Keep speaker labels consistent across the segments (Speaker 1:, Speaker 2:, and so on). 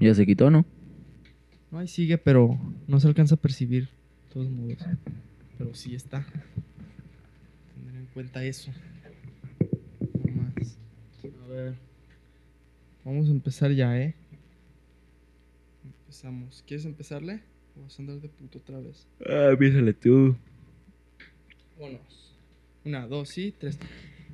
Speaker 1: Ya se quitó, ¿no?
Speaker 2: No, ahí sigue, pero no se alcanza a percibir, de todos modos. Pero sí está. Tener en cuenta eso. No más. A ver. Vamos a empezar ya, ¿eh? Empezamos. ¿Quieres empezarle? ¿O vas a andar de puto otra vez?
Speaker 1: Ah, piénsale tú.
Speaker 2: Vámonos. Una, dos y tres.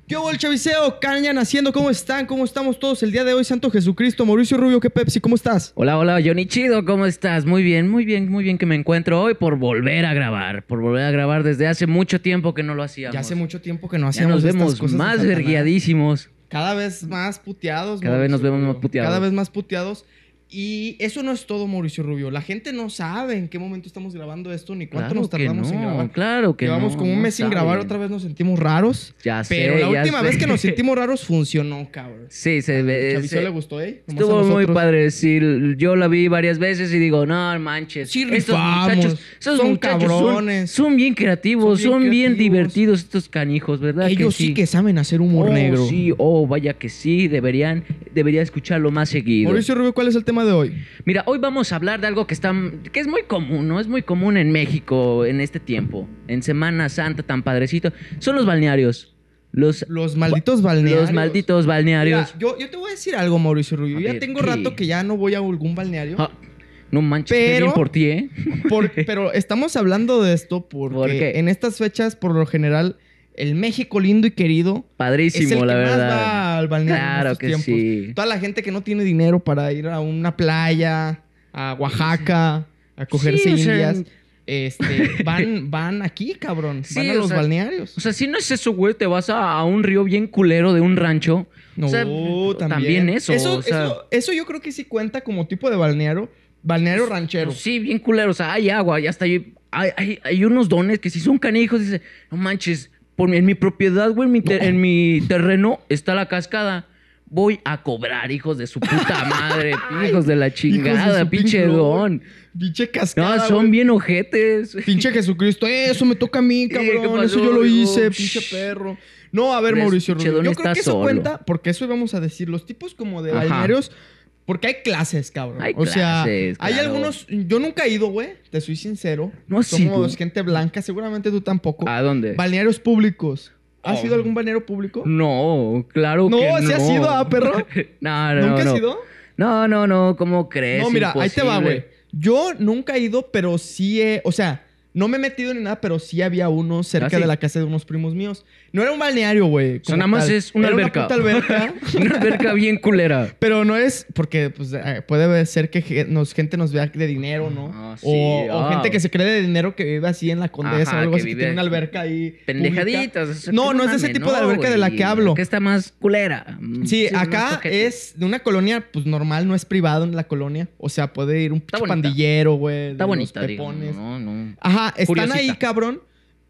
Speaker 2: ¿Qué hubo el chaviseo? Caña naciendo, ¿cómo están? ¿Cómo estamos todos el día de hoy? Santo Jesucristo, Mauricio Rubio, ¿qué Pepsi? ¿Cómo estás?
Speaker 1: Hola, hola, Johnny Chido, ¿cómo estás? Muy bien, muy bien, muy bien que me encuentro hoy por volver a grabar. Por volver a grabar desde hace mucho tiempo que no lo hacíamos.
Speaker 2: Ya hace mucho tiempo que no
Speaker 1: Ya
Speaker 2: hacemos
Speaker 1: nos
Speaker 2: estas
Speaker 1: vemos
Speaker 2: cosas de
Speaker 1: más
Speaker 2: Santa Ana.
Speaker 1: verguiadísimos.
Speaker 2: Cada vez más puteados.
Speaker 1: Cada vez nos
Speaker 2: Mauricio
Speaker 1: vemos más
Speaker 2: Rubio.
Speaker 1: puteados.
Speaker 2: Cada vez más puteados. Y eso no es todo, Mauricio Rubio. La gente no sabe en qué momento estamos grabando esto ni cuánto
Speaker 1: Claro
Speaker 2: nos
Speaker 1: que
Speaker 2: tardamos en
Speaker 1: no,
Speaker 2: grabar.
Speaker 1: Claro que
Speaker 2: Llevamos
Speaker 1: no,
Speaker 2: como un
Speaker 1: no
Speaker 2: mes sin grabar,
Speaker 1: saben.
Speaker 2: otra vez nos sentimos raros.
Speaker 1: Ya sé,
Speaker 2: Pero la
Speaker 1: ya
Speaker 2: última
Speaker 1: sé.
Speaker 2: vez que nos sentimos raros funcionó, cabrón.
Speaker 1: Sí, se
Speaker 2: Al
Speaker 1: ve.
Speaker 2: Chaviseo
Speaker 1: se-
Speaker 2: le gustó, ¿eh? Nomás a
Speaker 1: Estuvo muy
Speaker 2: nosotros.
Speaker 1: padre. Sí, l- yo la vi varias veces y digo, no manches.
Speaker 2: Sí,
Speaker 1: estos
Speaker 2: rifamos,
Speaker 1: muchachos, esos
Speaker 2: son
Speaker 1: muchachos son-
Speaker 2: cabrones.
Speaker 1: Son, bien creativos,
Speaker 2: Son
Speaker 1: son
Speaker 2: bien
Speaker 1: bien,
Speaker 2: creativos.
Speaker 1: divertidos estos canijos, ¿verdad?
Speaker 2: Ellos sí. que saben hacer humor
Speaker 1: oh,
Speaker 2: negro.
Speaker 1: Sí, oh, vaya que sí, deberían, debería escucharlo más seguido.
Speaker 2: Mauricio Rubio, ¿cuál es el tema de hoy?
Speaker 1: Mira, hoy vamos a hablar de algo que está que es muy común, ¿no? Es muy común en México en este tiempo, en Semana Santa tan padrecito, son los balnearios. Los
Speaker 2: Los malditos balnearios.
Speaker 1: los malditos balnearios.
Speaker 2: Mira, yo, yo te voy a decir algo, Mauricio Rubio.
Speaker 1: A
Speaker 2: ya
Speaker 1: ver,
Speaker 2: tengo
Speaker 1: ¿qué?
Speaker 2: rato que ya no voy a algún balneario.
Speaker 1: Ah, no manches, qué
Speaker 2: Pero-
Speaker 1: bien por ti, ¿eh?
Speaker 2: Por- pero estamos hablando de esto porque
Speaker 1: ¿Por qué?
Speaker 2: en estas fechas, por lo general, el México lindo y querido
Speaker 1: Padrísimo,
Speaker 2: es el que
Speaker 1: la verdad.
Speaker 2: más va al balneario. en
Speaker 1: Claro
Speaker 2: estos
Speaker 1: que
Speaker 2: tiempos.
Speaker 1: sí.
Speaker 2: Toda la gente que no tiene dinero para ir a una playa, a Oaxaca, a cogerse
Speaker 1: Sí, o sea,
Speaker 2: indias, este, van, van aquí, cabrón.
Speaker 1: Sí,
Speaker 2: van a
Speaker 1: o
Speaker 2: los
Speaker 1: sea,
Speaker 2: balnearios.
Speaker 1: O sea, si no es eso, güey, te vas a, a un río bien culero de un rancho.
Speaker 2: No,
Speaker 1: o sea, también eso,
Speaker 2: Eso,
Speaker 1: o sea-
Speaker 2: eso- eso yo creo que sí cuenta como tipo de balneario. Balneario ranchero.
Speaker 1: Pues sí, bien culero. O sea, hay agua, ya está. Hay, hay, hay unos dones que si son canijos, dice, no manches, por mi- en mi propiedad, güey, en mi, ter- en mi terreno está la cascada. Voy a cobrar, hijos de su puta madre, hijos de la
Speaker 2: Hijos de
Speaker 1: chingada,
Speaker 2: su
Speaker 1: pinche
Speaker 2: pinche
Speaker 1: don.
Speaker 2: Pinche cascada.
Speaker 1: No, son
Speaker 2: güey.
Speaker 1: bien ojetes.
Speaker 2: Pinche Jesucristo. "Eh, Eso me toca a mí,
Speaker 1: ¿qué
Speaker 2: cabrón.
Speaker 1: pasó,
Speaker 2: eso yo lo
Speaker 1: hijo?
Speaker 2: hice,
Speaker 1: Shh.
Speaker 2: pinche perro. No, a ver,
Speaker 1: Ves,
Speaker 2: Mauricio
Speaker 1: pinche
Speaker 2: Rubio. Yo
Speaker 1: don
Speaker 2: creo
Speaker 1: está
Speaker 2: que eso
Speaker 1: solo.
Speaker 2: cuenta porque eso íbamos a decir. Los tipos como de
Speaker 1: Ajá.
Speaker 2: balnearios... Porque hay clases, cabrón.
Speaker 1: Hay
Speaker 2: o sea,
Speaker 1: clases,
Speaker 2: hay
Speaker 1: claro.
Speaker 2: algunos... Yo nunca he ido, güey. Te soy sincero.
Speaker 1: No has
Speaker 2: Somos
Speaker 1: ido.
Speaker 2: gente blanca. Seguramente tú tampoco.
Speaker 1: ¿A dónde?
Speaker 2: Balnearios públicos. ¿Has
Speaker 1: Oh.
Speaker 2: ido a algún balneario público?
Speaker 1: No, claro
Speaker 2: No,
Speaker 1: que no.
Speaker 2: ¿sí has ido, ah, perro?
Speaker 1: no, no,
Speaker 2: ¿Nunca
Speaker 1: no.
Speaker 2: has ido?
Speaker 1: No, no, no, ¿cómo crees?
Speaker 2: no, mira, ahí te va,
Speaker 1: Imposible.
Speaker 2: güey. Yo nunca he ido, pero sí he... O sea, no me he metido ni nada, pero sí había uno cerca
Speaker 1: ¿Ah, sí?
Speaker 2: de la casa de unos primos míos. No era un balneario, güey.
Speaker 1: sea, nada más es una
Speaker 2: Era
Speaker 1: alberca.
Speaker 2: puta alberca.
Speaker 1: Una alberca bien culera.
Speaker 2: Pero no es porque pues, eh, puede ser que ge- nos, gente nos vea de dinero, ¿no?
Speaker 1: Ah, sí,
Speaker 2: o, o
Speaker 1: ah.
Speaker 2: gente que se cree de dinero que vive así en la condesa
Speaker 1: Ajá,
Speaker 2: o algo
Speaker 1: que
Speaker 2: así, que
Speaker 1: vive
Speaker 2: tiene una alberca ahí. pública.
Speaker 1: Pendejaditas. o sea,
Speaker 2: No,
Speaker 1: que
Speaker 2: no es de ese
Speaker 1: mames,
Speaker 2: tipo de alberca de la
Speaker 1: güey.
Speaker 2: que hablo.
Speaker 1: Que está más culera. Mm,
Speaker 2: Sí,
Speaker 1: más
Speaker 2: acá
Speaker 1: ojete.
Speaker 2: es de una colonia, pues normal, no es privado en la colonia. O sea, puede ir un pinche
Speaker 1: bonita.
Speaker 2: pandillero,
Speaker 1: Está
Speaker 2: güey. de los
Speaker 1: bonita, digo,
Speaker 2: pepones.
Speaker 1: No, no.
Speaker 2: Ajá, están
Speaker 1: Curiosita.
Speaker 2: ahí, cabrón.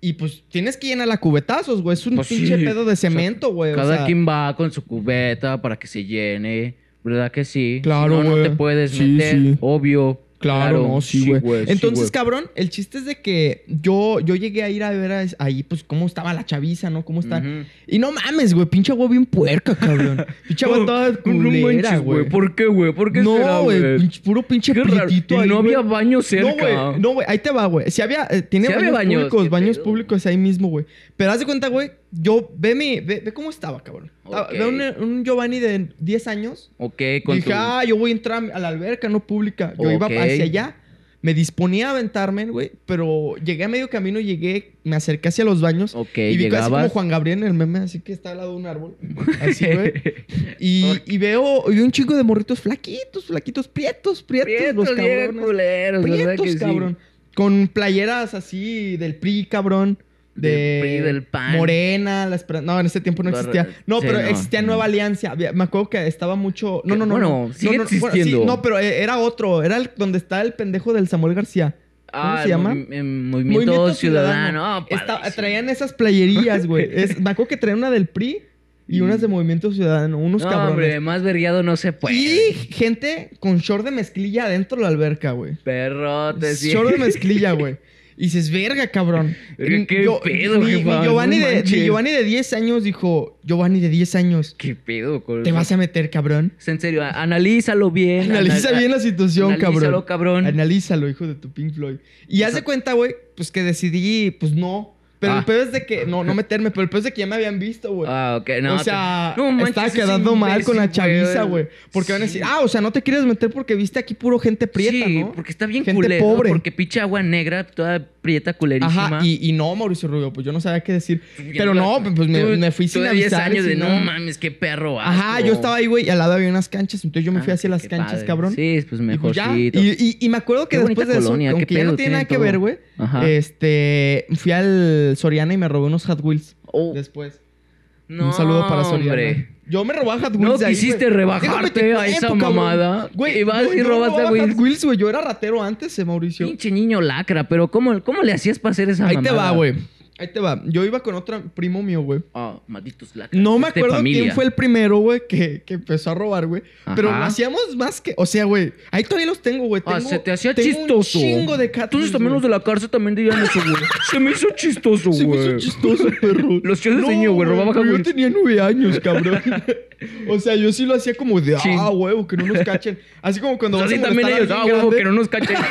Speaker 2: Y pues tienes que llenar la cubetazos, güey. Es un
Speaker 1: Pues,
Speaker 2: pinche
Speaker 1: sí.
Speaker 2: pedo
Speaker 1: O
Speaker 2: de
Speaker 1: sea,
Speaker 2: cemento, güey. o
Speaker 1: Cada
Speaker 2: sea,
Speaker 1: quien va con su cubeta para que se llene. ¿Verdad que sí?
Speaker 2: Claro,
Speaker 1: Si no,
Speaker 2: güey.
Speaker 1: no te puedes
Speaker 2: Sí,
Speaker 1: meter.
Speaker 2: sí.
Speaker 1: Obvio.
Speaker 2: Claro, no, sí, güey.
Speaker 1: sí,
Speaker 2: Entonces,
Speaker 1: güey.
Speaker 2: cabrón, el chiste es de que yo, yo llegué a ir a ver a- ahí, pues, cómo estaba la chaviza, ¿no? Cómo está.
Speaker 1: Ujú.
Speaker 2: Y no mames, güey, pinche agua bien puerca, cabrón. pinche agua toda
Speaker 1: No
Speaker 2: culera,
Speaker 1: manches,
Speaker 2: güey.
Speaker 1: ¿Por qué, güey? ¿Por qué será,
Speaker 2: No, güey, pinche- puro pinche
Speaker 1: Qué raro.
Speaker 2: prietito
Speaker 1: Y
Speaker 2: ahí,
Speaker 1: no
Speaker 2: güey.
Speaker 1: había baño
Speaker 2: No,
Speaker 1: cerca.
Speaker 2: güey, no, güey, ahí te va, güey. Si había, eh, tiene
Speaker 1: Sí había
Speaker 2: baños,
Speaker 1: baños,
Speaker 2: públicos,
Speaker 1: qué
Speaker 2: baños
Speaker 1: pedo.
Speaker 2: públicos ahí mismo, güey. Pero haz de cuenta, güey, yo, ve mi, ve, ve cómo estaba, cabrón. Estaba-
Speaker 1: Ok.
Speaker 2: Ve un, un Giovanni de 10 años.
Speaker 1: Ok, con
Speaker 2: Dije,
Speaker 1: tu-
Speaker 2: ah, yo voy a entrar a la alberca, no pública. Yo iba
Speaker 1: Ok.
Speaker 2: hacia allá. Me disponía a aventarme, güey, pero llegué a medio camino, llegué, me acerqué hacia los baños.
Speaker 1: Ok,
Speaker 2: y vi casi como
Speaker 1: llegabas.
Speaker 2: Juan Gabriel en el meme, así que está al lado de un árbol. Así, güey. Y, y veo, y veo un chico de morritos flaquitos, flaquitos, prietos, prietos, los
Speaker 1: Prietos, bien
Speaker 2: cabrones.
Speaker 1: culeros, Pues ¿verdad
Speaker 2: Prietos,
Speaker 1: que sí?
Speaker 2: cabrón. Con playeras así del PRI, cabrón. De
Speaker 1: Del PRI, del PAN.
Speaker 2: Morena, la Esperanza. No, en ese tiempo no
Speaker 1: Barra-
Speaker 2: existía. No,
Speaker 1: Sí,
Speaker 2: pero
Speaker 1: no,
Speaker 2: existía
Speaker 1: no.
Speaker 2: Nueva Alianza. Había- Me acuerdo que estaba mucho. No,
Speaker 1: Que-
Speaker 2: no, no.
Speaker 1: bueno,
Speaker 2: no. no,
Speaker 1: sigue
Speaker 2: no, no, bueno, sí,
Speaker 1: existiendo.
Speaker 2: no, pero eh, era otro. Era el- donde está el pendejo del Samuel García. ¿Cómo
Speaker 1: Ah,
Speaker 2: se llama?
Speaker 1: movi- em, movimiento, Ciudadano. Ah,
Speaker 2: Esta-
Speaker 1: padrísimo.
Speaker 2: traían esas playerías, güey. Es- me acuerdo que traían una del PRI y unas de Movimiento Ciudadano. Unos
Speaker 1: Mm. No,
Speaker 2: cabrones.
Speaker 1: hombre, más vergueado no se puede.
Speaker 2: Y gente con short de mezclilla adentro de la alberca, güey.
Speaker 1: Perrote, sí.
Speaker 2: Short de mezclilla, güey. Y dices, verga, cabrón.
Speaker 1: Verga, qué pedo,
Speaker 2: mi- mi
Speaker 1: jefa,
Speaker 2: Giovanni,
Speaker 1: no
Speaker 2: de, mi
Speaker 1: manches.
Speaker 2: Giovanni de 10 años dijo, Giovanni de 10 años,
Speaker 1: ¿Qué pedo, con
Speaker 2: te vas a meter, cabrón.
Speaker 1: En serio, a- analízalo bien.
Speaker 2: Analiza
Speaker 1: ana-
Speaker 2: bien la situación,
Speaker 1: Analízalo, cabrón.
Speaker 2: Analízalo, hijo de tu Pink Floyd. Y haz de cuenta, güey, pues que decidí, pues no. Pero
Speaker 1: Ah.
Speaker 2: el peor es de que, no, no meterme, pero el peor es de que ya me habían visto, güey.
Speaker 1: Ah, ok, no.
Speaker 2: o
Speaker 1: te-
Speaker 2: sea,
Speaker 1: no manches,
Speaker 2: estaba
Speaker 1: ese
Speaker 2: quedando mal con la
Speaker 1: imbécil, güey.
Speaker 2: chaviza, güey. Porque van a decir,
Speaker 1: Sí.
Speaker 2: ah, o sea, no te quieres meter porque viste aquí puro gente prieta,
Speaker 1: sí,
Speaker 2: ¿no?
Speaker 1: porque está bien
Speaker 2: Gente
Speaker 1: culero.
Speaker 2: pobre.
Speaker 1: Porque pinche agua negra, toda prieta culerísima.
Speaker 2: Ajá, y, y no, Mauricio Rubio, pues yo no sabía qué decir.
Speaker 1: Bien,
Speaker 2: Pero no,
Speaker 1: güey.
Speaker 2: pues me,
Speaker 1: Tuve-
Speaker 2: me fui sin
Speaker 1: tuve 10
Speaker 2: avisar.
Speaker 1: años de
Speaker 2: sin
Speaker 1: no
Speaker 2: nada".
Speaker 1: mames, qué perro.
Speaker 2: Ajá,
Speaker 1: asco".
Speaker 2: yo estaba ahí, güey, y al lado había unas canchas, entonces yo me fui
Speaker 1: Ah,
Speaker 2: hacia las
Speaker 1: qué
Speaker 2: canchas,
Speaker 1: padre.
Speaker 2: cabrón.
Speaker 1: Sí, pues
Speaker 2: Y, pues, ya,
Speaker 1: mejorcito.
Speaker 2: y- y- y me acuerdo que
Speaker 1: Qué
Speaker 2: después
Speaker 1: bonita
Speaker 2: de eso,
Speaker 1: colonia, qué
Speaker 2: aunque ya
Speaker 1: pedo,
Speaker 2: no tiene nada
Speaker 1: tiene
Speaker 2: que ver,
Speaker 1: todo.
Speaker 2: güey,
Speaker 1: Ajá.
Speaker 2: este, fui al Soriana y me robé unos Hot Wheels
Speaker 1: Oh,
Speaker 2: después.
Speaker 1: no,
Speaker 2: Un saludo para Soriana.
Speaker 1: hombre.
Speaker 2: Yo me robaba Hot Wheels
Speaker 1: No
Speaker 2: de ahí,
Speaker 1: quisiste
Speaker 2: güey.
Speaker 1: rebajarte
Speaker 2: Déjame te
Speaker 1: a esa
Speaker 2: cuento, cabrón.
Speaker 1: mamada.
Speaker 2: Güey,
Speaker 1: Y vas
Speaker 2: yo-
Speaker 1: y
Speaker 2: yo no
Speaker 1: robaste
Speaker 2: robaba
Speaker 1: Wheels.
Speaker 2: Hot Wheels, güey. Yo era ratero antes, eh, Mauricio.
Speaker 1: Pinche niño lacra, pero ¿cómo, cómo le hacías para hacer esa
Speaker 2: Ahí
Speaker 1: mamada?
Speaker 2: te va, güey. Ahí te va. Yo iba con otro primo mío, güey.
Speaker 1: Ah, malditos lacras.
Speaker 2: No me
Speaker 1: este
Speaker 2: acuerdo quién
Speaker 1: familia.
Speaker 2: fue el primero, güey, que, que empezó a robar, güey. Pero
Speaker 1: Ajá.
Speaker 2: lo hacíamos más que. O sea, güey. Ahí todavía los tengo, güey.
Speaker 1: Ah,
Speaker 2: Tengo-
Speaker 1: se te hacía
Speaker 2: tengo
Speaker 1: chistoso.
Speaker 2: Un chingo de Catwheels,
Speaker 1: Entonces también
Speaker 2: güey.
Speaker 1: los de la cárcel también dirían eso, güey. Se me hizo chistoso,
Speaker 2: Se me hizo
Speaker 1: güey.
Speaker 2: chistoso, perro.
Speaker 1: Los que yo diseño, güey, robaba
Speaker 2: pero Yo
Speaker 1: Hot Wheels.
Speaker 2: tenía nueve años, cabrón. o sea, yo sí lo hacía como de,
Speaker 1: Chin.
Speaker 2: ah, huevo, que no nos cachen. Así como cuando
Speaker 1: Así
Speaker 2: vas a
Speaker 1: también ellos,
Speaker 2: molestar a
Speaker 1: ah,
Speaker 2: alguien
Speaker 1: huevo,
Speaker 2: grande.
Speaker 1: que no nos cachen.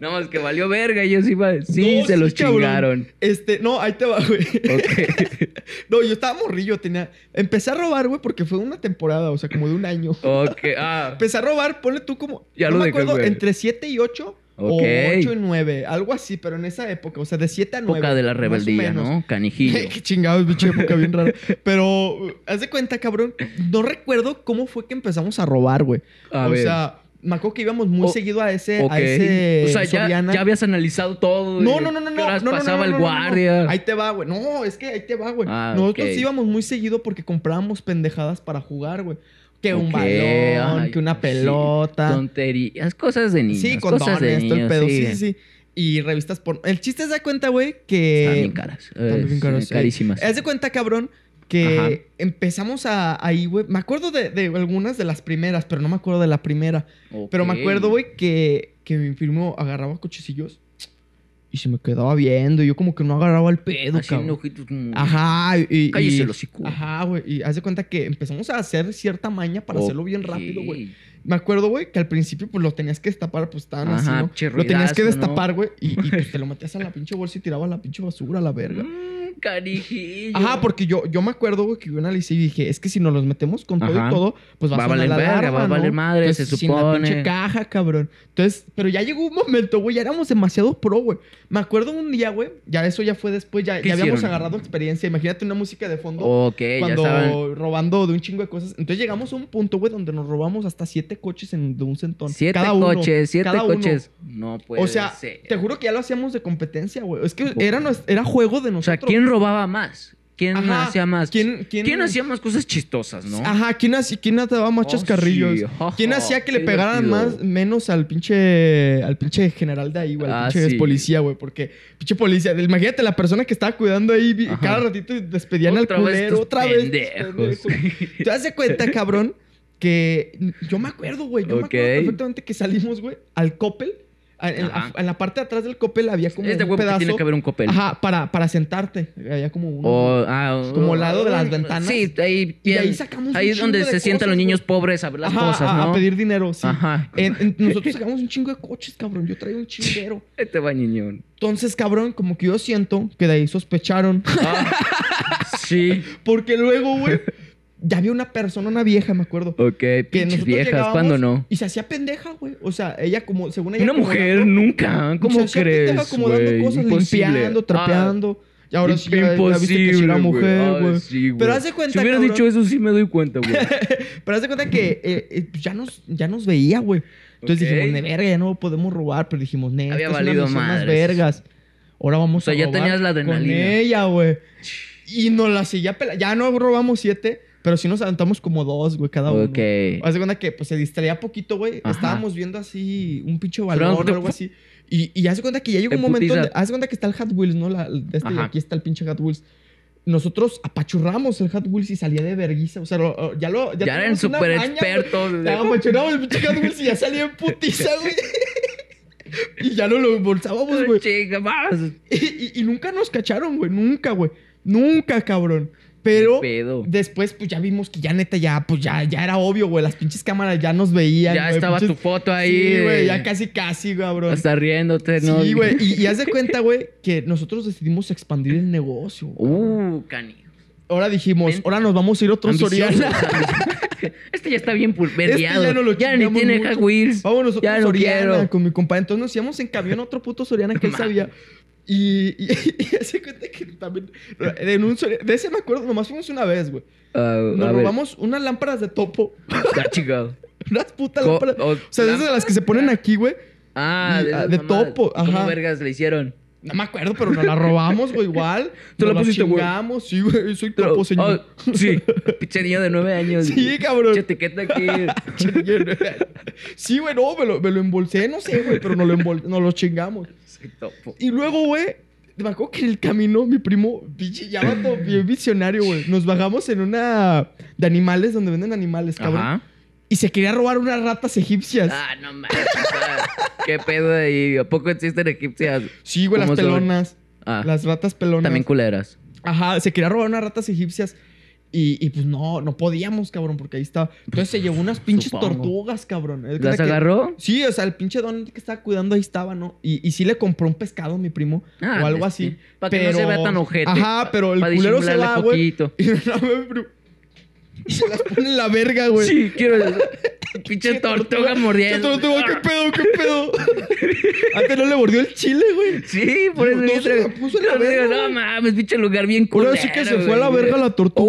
Speaker 1: Nada más que valió verga, ellos iban. Sí,
Speaker 2: No,
Speaker 1: se los
Speaker 2: cabrón.
Speaker 1: chingaron.
Speaker 2: Este, no, ahí te va, güey.
Speaker 1: Ok.
Speaker 2: No, yo estaba morrillo, tenía... Empecé a robar, güey, porque fue una temporada, o sea, como de un año.
Speaker 1: Ok, ah.
Speaker 2: Empecé a robar, ponle tú como...
Speaker 1: Ya
Speaker 2: no
Speaker 1: lo
Speaker 2: me
Speaker 1: dejé,
Speaker 2: acuerdo,
Speaker 1: güey.
Speaker 2: entre 7 y 8
Speaker 1: Ok.
Speaker 2: o 8 y 9, algo así, pero en esa época, o sea, de 7 a 9.
Speaker 1: Época de la rebeldía, ¿no? Canijillo.
Speaker 2: Qué chingados, pinche época bien rara. Pero, uh, haz de cuenta, cabrón, no recuerdo cómo fue que empezamos a robar, güey.
Speaker 1: A
Speaker 2: o
Speaker 1: ver.
Speaker 2: sea, me acuerdo que íbamos muy
Speaker 1: O-
Speaker 2: seguido a ese,
Speaker 1: Ok.
Speaker 2: a ese
Speaker 1: o sea, ya,
Speaker 2: Soriana.
Speaker 1: ya habías analizado todo. de
Speaker 2: No, no, no, no,
Speaker 1: qué
Speaker 2: no.
Speaker 1: horas
Speaker 2: no, no,
Speaker 1: pasaba
Speaker 2: no, no,
Speaker 1: el
Speaker 2: no, no.
Speaker 1: guardia.
Speaker 2: Ahí te va, güey. No, es que ahí te va, güey.
Speaker 1: Ah,
Speaker 2: Nosotros
Speaker 1: ok.
Speaker 2: íbamos muy seguido porque comprábamos pendejadas para jugar, güey. Que un
Speaker 1: Ok,
Speaker 2: balón,
Speaker 1: ay,
Speaker 2: que una
Speaker 1: sí,
Speaker 2: pelota.
Speaker 1: tonterías, cosas de niños.
Speaker 2: Sí,
Speaker 1: cosas de
Speaker 2: condones,
Speaker 1: niños,
Speaker 2: todo el pedo. Sí,
Speaker 1: sí.
Speaker 2: sí, sí. Y revistas por... El chiste es de cuenta, güey,
Speaker 1: Están
Speaker 2: que...
Speaker 1: bien caras.
Speaker 2: Están bien
Speaker 1: eh,
Speaker 2: caras, sí.
Speaker 1: Carísimas.
Speaker 2: Haz de cuenta, cabrón, que
Speaker 1: Ajá.
Speaker 2: empezamos a, ahí, güey. Me acuerdo de, de algunas de las primeras, pero no me acuerdo de la primera. Pero me
Speaker 1: Ok.
Speaker 2: acuerdo, güey, que, que mi primo agarraba cuchillos y se me quedaba viendo. Y yo como que no agarraba el pedo, cabrón.
Speaker 1: Haciendo ojitos como-
Speaker 2: Ajá, y. y-
Speaker 1: Cállese
Speaker 2: y-
Speaker 1: el hocico.
Speaker 2: Ajá, güey. Y haz de cuenta que empezamos a hacer cierta maña para hacerlo bien
Speaker 1: Ok.
Speaker 2: rápido, güey. Me acuerdo, güey, que al principio, pues lo tenías que destapar, pues estaban así,
Speaker 1: Ajá,
Speaker 2: ¿no?
Speaker 1: che
Speaker 2: lo tenías que
Speaker 1: ruidazo, ¿no?
Speaker 2: destapar, güey. Y, y, pues te lo metías a la pinche bolsa y tirabas la pinche basura a la verga.
Speaker 1: Mm, carijillo.
Speaker 2: Ajá, porque yo, yo me acuerdo, güey, que yo analicé y dije, es que si nos los metemos con todo
Speaker 1: Ajá.
Speaker 2: y todo, pues va,
Speaker 1: Va a
Speaker 2: a
Speaker 1: valer
Speaker 2: sonar la
Speaker 1: verga,
Speaker 2: alarma,
Speaker 1: va a
Speaker 2: ¿no?
Speaker 1: valer madre,
Speaker 2: Entonces,
Speaker 1: se
Speaker 2: sin la pinche
Speaker 1: supone.
Speaker 2: caja, cabrón. Entonces, pero ya llegó un momento, güey, ya éramos demasiado pro, güey. Me acuerdo un día, güey, ya eso ya fue después, ya,
Speaker 1: ¿Qué
Speaker 2: ya habíamos
Speaker 1: hicieron?
Speaker 2: agarrado experiencia. Imagínate una música de fondo
Speaker 1: Ok, ya
Speaker 2: cuando
Speaker 1: estaban.
Speaker 2: robando de un chingo de cosas. Entonces llegamos a un punto, güey, donde nos robamos hasta siete coches en, de un centón.
Speaker 1: Siete
Speaker 2: Cada uno,
Speaker 1: coches, siete
Speaker 2: cada uno.
Speaker 1: coches. No puede
Speaker 2: O sea,
Speaker 1: ser.
Speaker 2: te juro que ya lo hacíamos de competencia, güey. Es que era, nos- era juego de
Speaker 1: O sea,
Speaker 2: nosotros.
Speaker 1: ¿quién robaba más? ¿Quién
Speaker 2: Ajá,
Speaker 1: hacía más?
Speaker 2: ¿Quién, quién,
Speaker 1: ¿Quién hacía más cosas chistosas, no?
Speaker 2: Ajá, ¿quién, hacía, quién ataba más
Speaker 1: Oh,
Speaker 2: Ah, chascarrillos?
Speaker 1: sí, jaja,
Speaker 2: ¿Quién hacía que le
Speaker 1: qué
Speaker 2: pegaran
Speaker 1: divertido.
Speaker 2: más, menos al pinche, al pinche general de ahí, güey? Al
Speaker 1: Ah,
Speaker 2: pinche
Speaker 1: sí.
Speaker 2: policía, güey. Porque, pinche policía, imagínate la persona que estaba cuidando ahí, vi-
Speaker 1: Ajá.
Speaker 2: cada ratito despedían
Speaker 1: Otra
Speaker 2: al
Speaker 1: vez
Speaker 2: culero,
Speaker 1: tus
Speaker 2: otra vez. este,
Speaker 1: pendejos.
Speaker 2: tus pendejos. ¿Te das de cuenta, cabrón? Que yo me acuerdo, güey. Yo
Speaker 1: Ok.
Speaker 2: me acuerdo perfectamente que salimos, güey, al Coppel. A- En,
Speaker 1: Ajá.
Speaker 2: a- en la parte de atrás del Coppel había como
Speaker 1: este
Speaker 2: un
Speaker 1: huevo que
Speaker 2: pedazo.
Speaker 1: tiene que haber un copel.
Speaker 2: Ajá, para, para sentarte. Había como uno.
Speaker 1: O, ah, o-
Speaker 2: Como al lado de las ventanas.
Speaker 1: Sí, ahí, bien-
Speaker 2: ahí sacamos
Speaker 1: ahí
Speaker 2: un
Speaker 1: es donde
Speaker 2: chingo de
Speaker 1: se sientan los
Speaker 2: cosas,
Speaker 1: niños pobres a ver las
Speaker 2: Ajá,
Speaker 1: cosas,
Speaker 2: a-
Speaker 1: ¿no?
Speaker 2: A pedir dinero, sí.
Speaker 1: Ajá.
Speaker 2: En- en- nosotros sacamos un chingo de coches, cabrón. Yo traía un chinguero.
Speaker 1: Este va niñón.
Speaker 2: Entonces, cabrón, como que yo siento que de ahí sospecharon.
Speaker 1: Ah, sí.
Speaker 2: Porque luego, güey, ya había una persona, una vieja, me acuerdo.
Speaker 1: Ok, pinches
Speaker 2: nosotros
Speaker 1: viejas,
Speaker 2: llegábamos
Speaker 1: ¿cuándo no?
Speaker 2: Y se hacía pendeja, güey. O sea, ella como, según ella...
Speaker 1: Una
Speaker 2: acomodando-
Speaker 1: mujer nunca,
Speaker 2: se
Speaker 1: ¿cómo
Speaker 2: hacía pendeja
Speaker 1: crees?
Speaker 2: acomodando
Speaker 1: güey?
Speaker 2: cosas,
Speaker 1: Imposible.
Speaker 2: limpiando,
Speaker 1: Ah,
Speaker 2: trapeando. y ahora sí, ya, ya viste que sí
Speaker 1: imposible,
Speaker 2: era mujer,
Speaker 1: Ay,
Speaker 2: güey.
Speaker 1: sí, güey.
Speaker 2: Pero haz de cuenta,
Speaker 1: Si hubieras
Speaker 2: cabrón.
Speaker 1: dicho eso, sí me doy cuenta, güey.
Speaker 2: Pero haz de cuenta que eh, eh, pues ya, nos, ya nos veía, güey. Entonces
Speaker 1: Ok.
Speaker 2: dijimos, de verga, ya no podemos robar. Pero dijimos, ne,
Speaker 1: Había
Speaker 2: estas son las
Speaker 1: valido
Speaker 2: nociones más
Speaker 1: madres.
Speaker 2: vergas. Ahora
Speaker 1: O
Speaker 2: vamos
Speaker 1: sea,
Speaker 2: a
Speaker 1: ya
Speaker 2: robar
Speaker 1: tenías la
Speaker 2: con
Speaker 1: adrenalina.
Speaker 2: ella, güey. Y nos la seguía pelando. Ya no robamos siete, pero sí nos aventamos como dos, güey, cada uno.
Speaker 1: Ok.
Speaker 2: Haz de cuenta que pues, se distraía poquito, güey.
Speaker 1: Ajá.
Speaker 2: Estábamos viendo así un pinche balón
Speaker 1: Frank,
Speaker 2: o algo así. Y, y haz de cuenta que ya llegó
Speaker 1: Te
Speaker 2: un momento
Speaker 1: putiza.
Speaker 2: donde... Haz de cuenta que está el Hot Wheels, ¿no? La, de este, y
Speaker 1: Ajá.
Speaker 2: aquí está el pinche Hot Wheels. Nosotros apachurramos el Hot Wheels y salía de verguiza. O sea, lo- ya lo...
Speaker 1: Ya, eran
Speaker 2: teníamos una
Speaker 1: súper
Speaker 2: maña, güey.
Speaker 1: expertos.
Speaker 2: Ya apachurramos el pinche Hot Wheels y ya salía en putiza, güey. Y ya no lo embolsábamos, güey.
Speaker 1: Chinga, vas.
Speaker 2: Y, y- y nunca nos cacharon, güey. Nunca, güey. Nunca, cabrón. Pero
Speaker 1: Qué pedo.
Speaker 2: después, pues ya vimos que ya neta, ya, pues ya, ya era obvio, güey. Las pinches cámaras ya nos veían.
Speaker 1: Ya
Speaker 2: güey,
Speaker 1: estaba tu
Speaker 2: pinches-
Speaker 1: foto ahí.
Speaker 2: Sí, güey,
Speaker 1: de-
Speaker 2: ya casi, casi, cabrón.
Speaker 1: Hasta riéndote, ¿no?
Speaker 2: Sí, güey. Y, y haz de cuenta, güey, que nosotros decidimos expandir el negocio. güey.
Speaker 1: Uh, canijo.
Speaker 2: Ahora dijimos,
Speaker 1: Ven.
Speaker 2: ahora nos vamos a ir a otro
Speaker 1: Ambicioso,
Speaker 2: Soriana.
Speaker 1: ambicioso. Este ya está bien pulvereado.
Speaker 2: ya no lo
Speaker 1: ni
Speaker 2: chingamos
Speaker 1: tiene
Speaker 2: mucho.
Speaker 1: Hot Wheels.
Speaker 2: Vámonos a otro
Speaker 1: Ya no
Speaker 2: Soriana
Speaker 1: quiero. Ah,
Speaker 2: con mi compadre. Entonces nos íbamos en camión a otro puto Soriana que él sabía. Y, y, y haz de cuenta que también. En un Soriana- de ese me acuerdo, nomás fuimos una vez, güey.
Speaker 1: Ah,
Speaker 2: Nos
Speaker 1: a ver.
Speaker 2: robamos unas lámparas de topo.
Speaker 1: Ah, chingado.
Speaker 2: Unas putas
Speaker 1: Co-
Speaker 2: lámparas. O
Speaker 1: o-
Speaker 2: sea, de esas de las que se ponen aquí, güey.
Speaker 1: Ah,
Speaker 2: Y,
Speaker 1: de,
Speaker 2: ah,
Speaker 1: esas
Speaker 2: de
Speaker 1: mamadas.
Speaker 2: topo, ajá.
Speaker 1: ¿Cómo vergas le hicieron?
Speaker 2: No me acuerdo, pero nos la robamos, güey, igual.
Speaker 1: Tú
Speaker 2: Nos
Speaker 1: la pusiste, güey.
Speaker 2: chingamos. Sí, güey, soy topo, señor.
Speaker 1: Oh, sí, pinche niño de nueve años.
Speaker 2: Sí, cabrón.
Speaker 1: Pinche etiqueta aquí.
Speaker 2: Sí, güey, no, me lo, me lo embolsé, no sé, güey, pero nos lo, embol- nos lo chingamos.
Speaker 1: Soy topo.
Speaker 2: Y luego, güey, me acuerdo que en el camino, mi primo, pinche, ya vato, bien visionario, güey. Nos bajamos en una de animales, donde venden animales, cabrón.
Speaker 1: Ajá.
Speaker 2: Y se quería robar unas ratas egipcias.
Speaker 1: Ah, no mames. ah, ¿Qué pedo ahí? ¿A poco existen egipcias?
Speaker 2: sí, güey, las
Speaker 1: ¿cómo son?
Speaker 2: pelonas.
Speaker 1: Ah,
Speaker 2: Las ratas pelonas.
Speaker 1: también culeras.
Speaker 2: Ajá, se quería robar unas ratas egipcias. Y, y pues no, no podíamos, cabrón, porque ahí estaba. Entonces se llevó unas pinches
Speaker 1: Supongo.
Speaker 2: tortugas, cabrón. Es
Speaker 1: ¿Las
Speaker 2: que-
Speaker 1: agarró?
Speaker 2: Sí, o sea, el pinche don que estaba cuidando ahí estaba, ¿no? Y, y sí le compró un pescado a mi primo
Speaker 1: Ah,
Speaker 2: o algo
Speaker 1: este,
Speaker 2: así.
Speaker 1: Para que no se
Speaker 2: pero-
Speaker 1: vea tan ojete.
Speaker 2: Ajá, pero el
Speaker 1: pa'
Speaker 2: culero se
Speaker 1: disimularle
Speaker 2: va, güey.
Speaker 1: poquito.
Speaker 2: Y no, mi primo- y se las pone en la verga, güey.
Speaker 1: Sí, quiero. Pinche tortuga
Speaker 2: Yo te
Speaker 1: mordiendo.
Speaker 2: lo tengo, ¿qué pedo? ¿Qué pedo? Antes no le mordió el chile, güey.
Speaker 1: Sí, por eso
Speaker 2: No,
Speaker 1: yo
Speaker 2: se
Speaker 1: traigo-
Speaker 2: la puso en la
Speaker 1: yo traigo,
Speaker 2: verga,
Speaker 1: No
Speaker 2: güey.
Speaker 1: mames, pinche lugar bien culero.
Speaker 2: Ahora sí que se fue a la
Speaker 1: güey.
Speaker 2: verga la tortuga.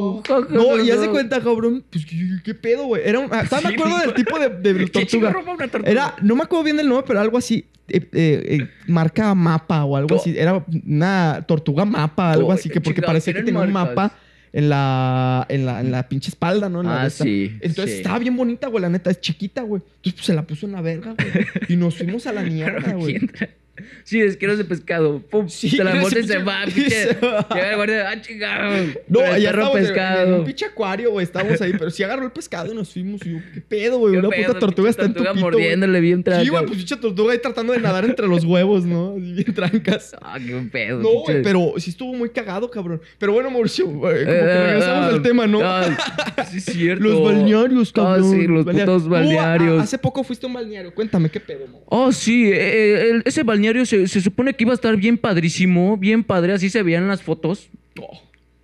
Speaker 1: Oh,
Speaker 2: no, y hace
Speaker 1: no.
Speaker 2: cuenta, cabrón. Pues, ¿qué, qué pedo, güey? Era un, ah, ¿Estás de
Speaker 1: Sí,
Speaker 2: acuerdo
Speaker 1: güey.
Speaker 2: del tipo de, de
Speaker 1: ¿Qué chingo
Speaker 2: tortuga?
Speaker 1: roba una tortuga?
Speaker 2: Era, no me acuerdo bien del nombre, pero algo así. eh, eh, eh, marca mapa o algo
Speaker 1: Oh.
Speaker 2: así. Era una tortuga mapa, algo
Speaker 1: Oh,
Speaker 2: así, que porque
Speaker 1: chingado,
Speaker 2: parecía que
Speaker 1: tienen
Speaker 2: tenía un
Speaker 1: marcas.
Speaker 2: mapa en la, en la, en la pinche espalda, ¿no? En la de
Speaker 1: Ah,
Speaker 2: esta.
Speaker 1: sí.
Speaker 2: Entonces
Speaker 1: sí.
Speaker 2: estaba bien bonita, güey, la neta, es chiquita, güey. Entonces pues, se la puso en la verga, güey. Y nos fuimos a la mierda, güey.
Speaker 1: ¿Quién tra- Sí, es que eres de pescado. Pum,
Speaker 2: Sí,
Speaker 1: se la
Speaker 2: eres
Speaker 1: bota y
Speaker 2: de
Speaker 1: se
Speaker 2: pescado.
Speaker 1: va,
Speaker 2: Y
Speaker 1: pinche.
Speaker 2: se va.
Speaker 1: Llega el guardia, ah, chingado.
Speaker 2: No,
Speaker 1: el
Speaker 2: ya
Speaker 1: perro
Speaker 2: estábamos en- en
Speaker 1: pescado.
Speaker 2: un pinche acuario, güey. Estábamos ahí, pero sí agarró el pescado y nos fuimos. Y yo, qué pedo, güey.
Speaker 1: Qué
Speaker 2: Una
Speaker 1: pedo,
Speaker 2: puta tortuga
Speaker 1: pinche
Speaker 2: está en tu
Speaker 1: tortuga
Speaker 2: pito, güey.
Speaker 1: mordiéndole bien
Speaker 2: Sí,
Speaker 1: tranca.
Speaker 2: güey, pues pinche tortuga ahí tratando de nadar entre los huevos, ¿no? Así bien trancas.
Speaker 1: Ah, qué pedo.
Speaker 2: No,
Speaker 1: pinche-
Speaker 2: güey, pero sí estuvo muy cagado, cabrón. Pero bueno, Mauricio, güey, como que
Speaker 1: Eh,
Speaker 2: regresamos
Speaker 1: ah,
Speaker 2: al tema, ¿no?
Speaker 1: ah, sí, es cierto.
Speaker 2: Los balnearios, cabrón. ah,
Speaker 1: Ah, sí, los putos
Speaker 2: Tú, a- a-
Speaker 1: balnearios.
Speaker 2: hace poco fuiste a un balneario. Cuéntame, ¿qué pedo, mo?
Speaker 1: Oh, sí, eh, el- ese balneario se, se supone que iba a estar bien padrísimo, bien padre, así se veían las fotos.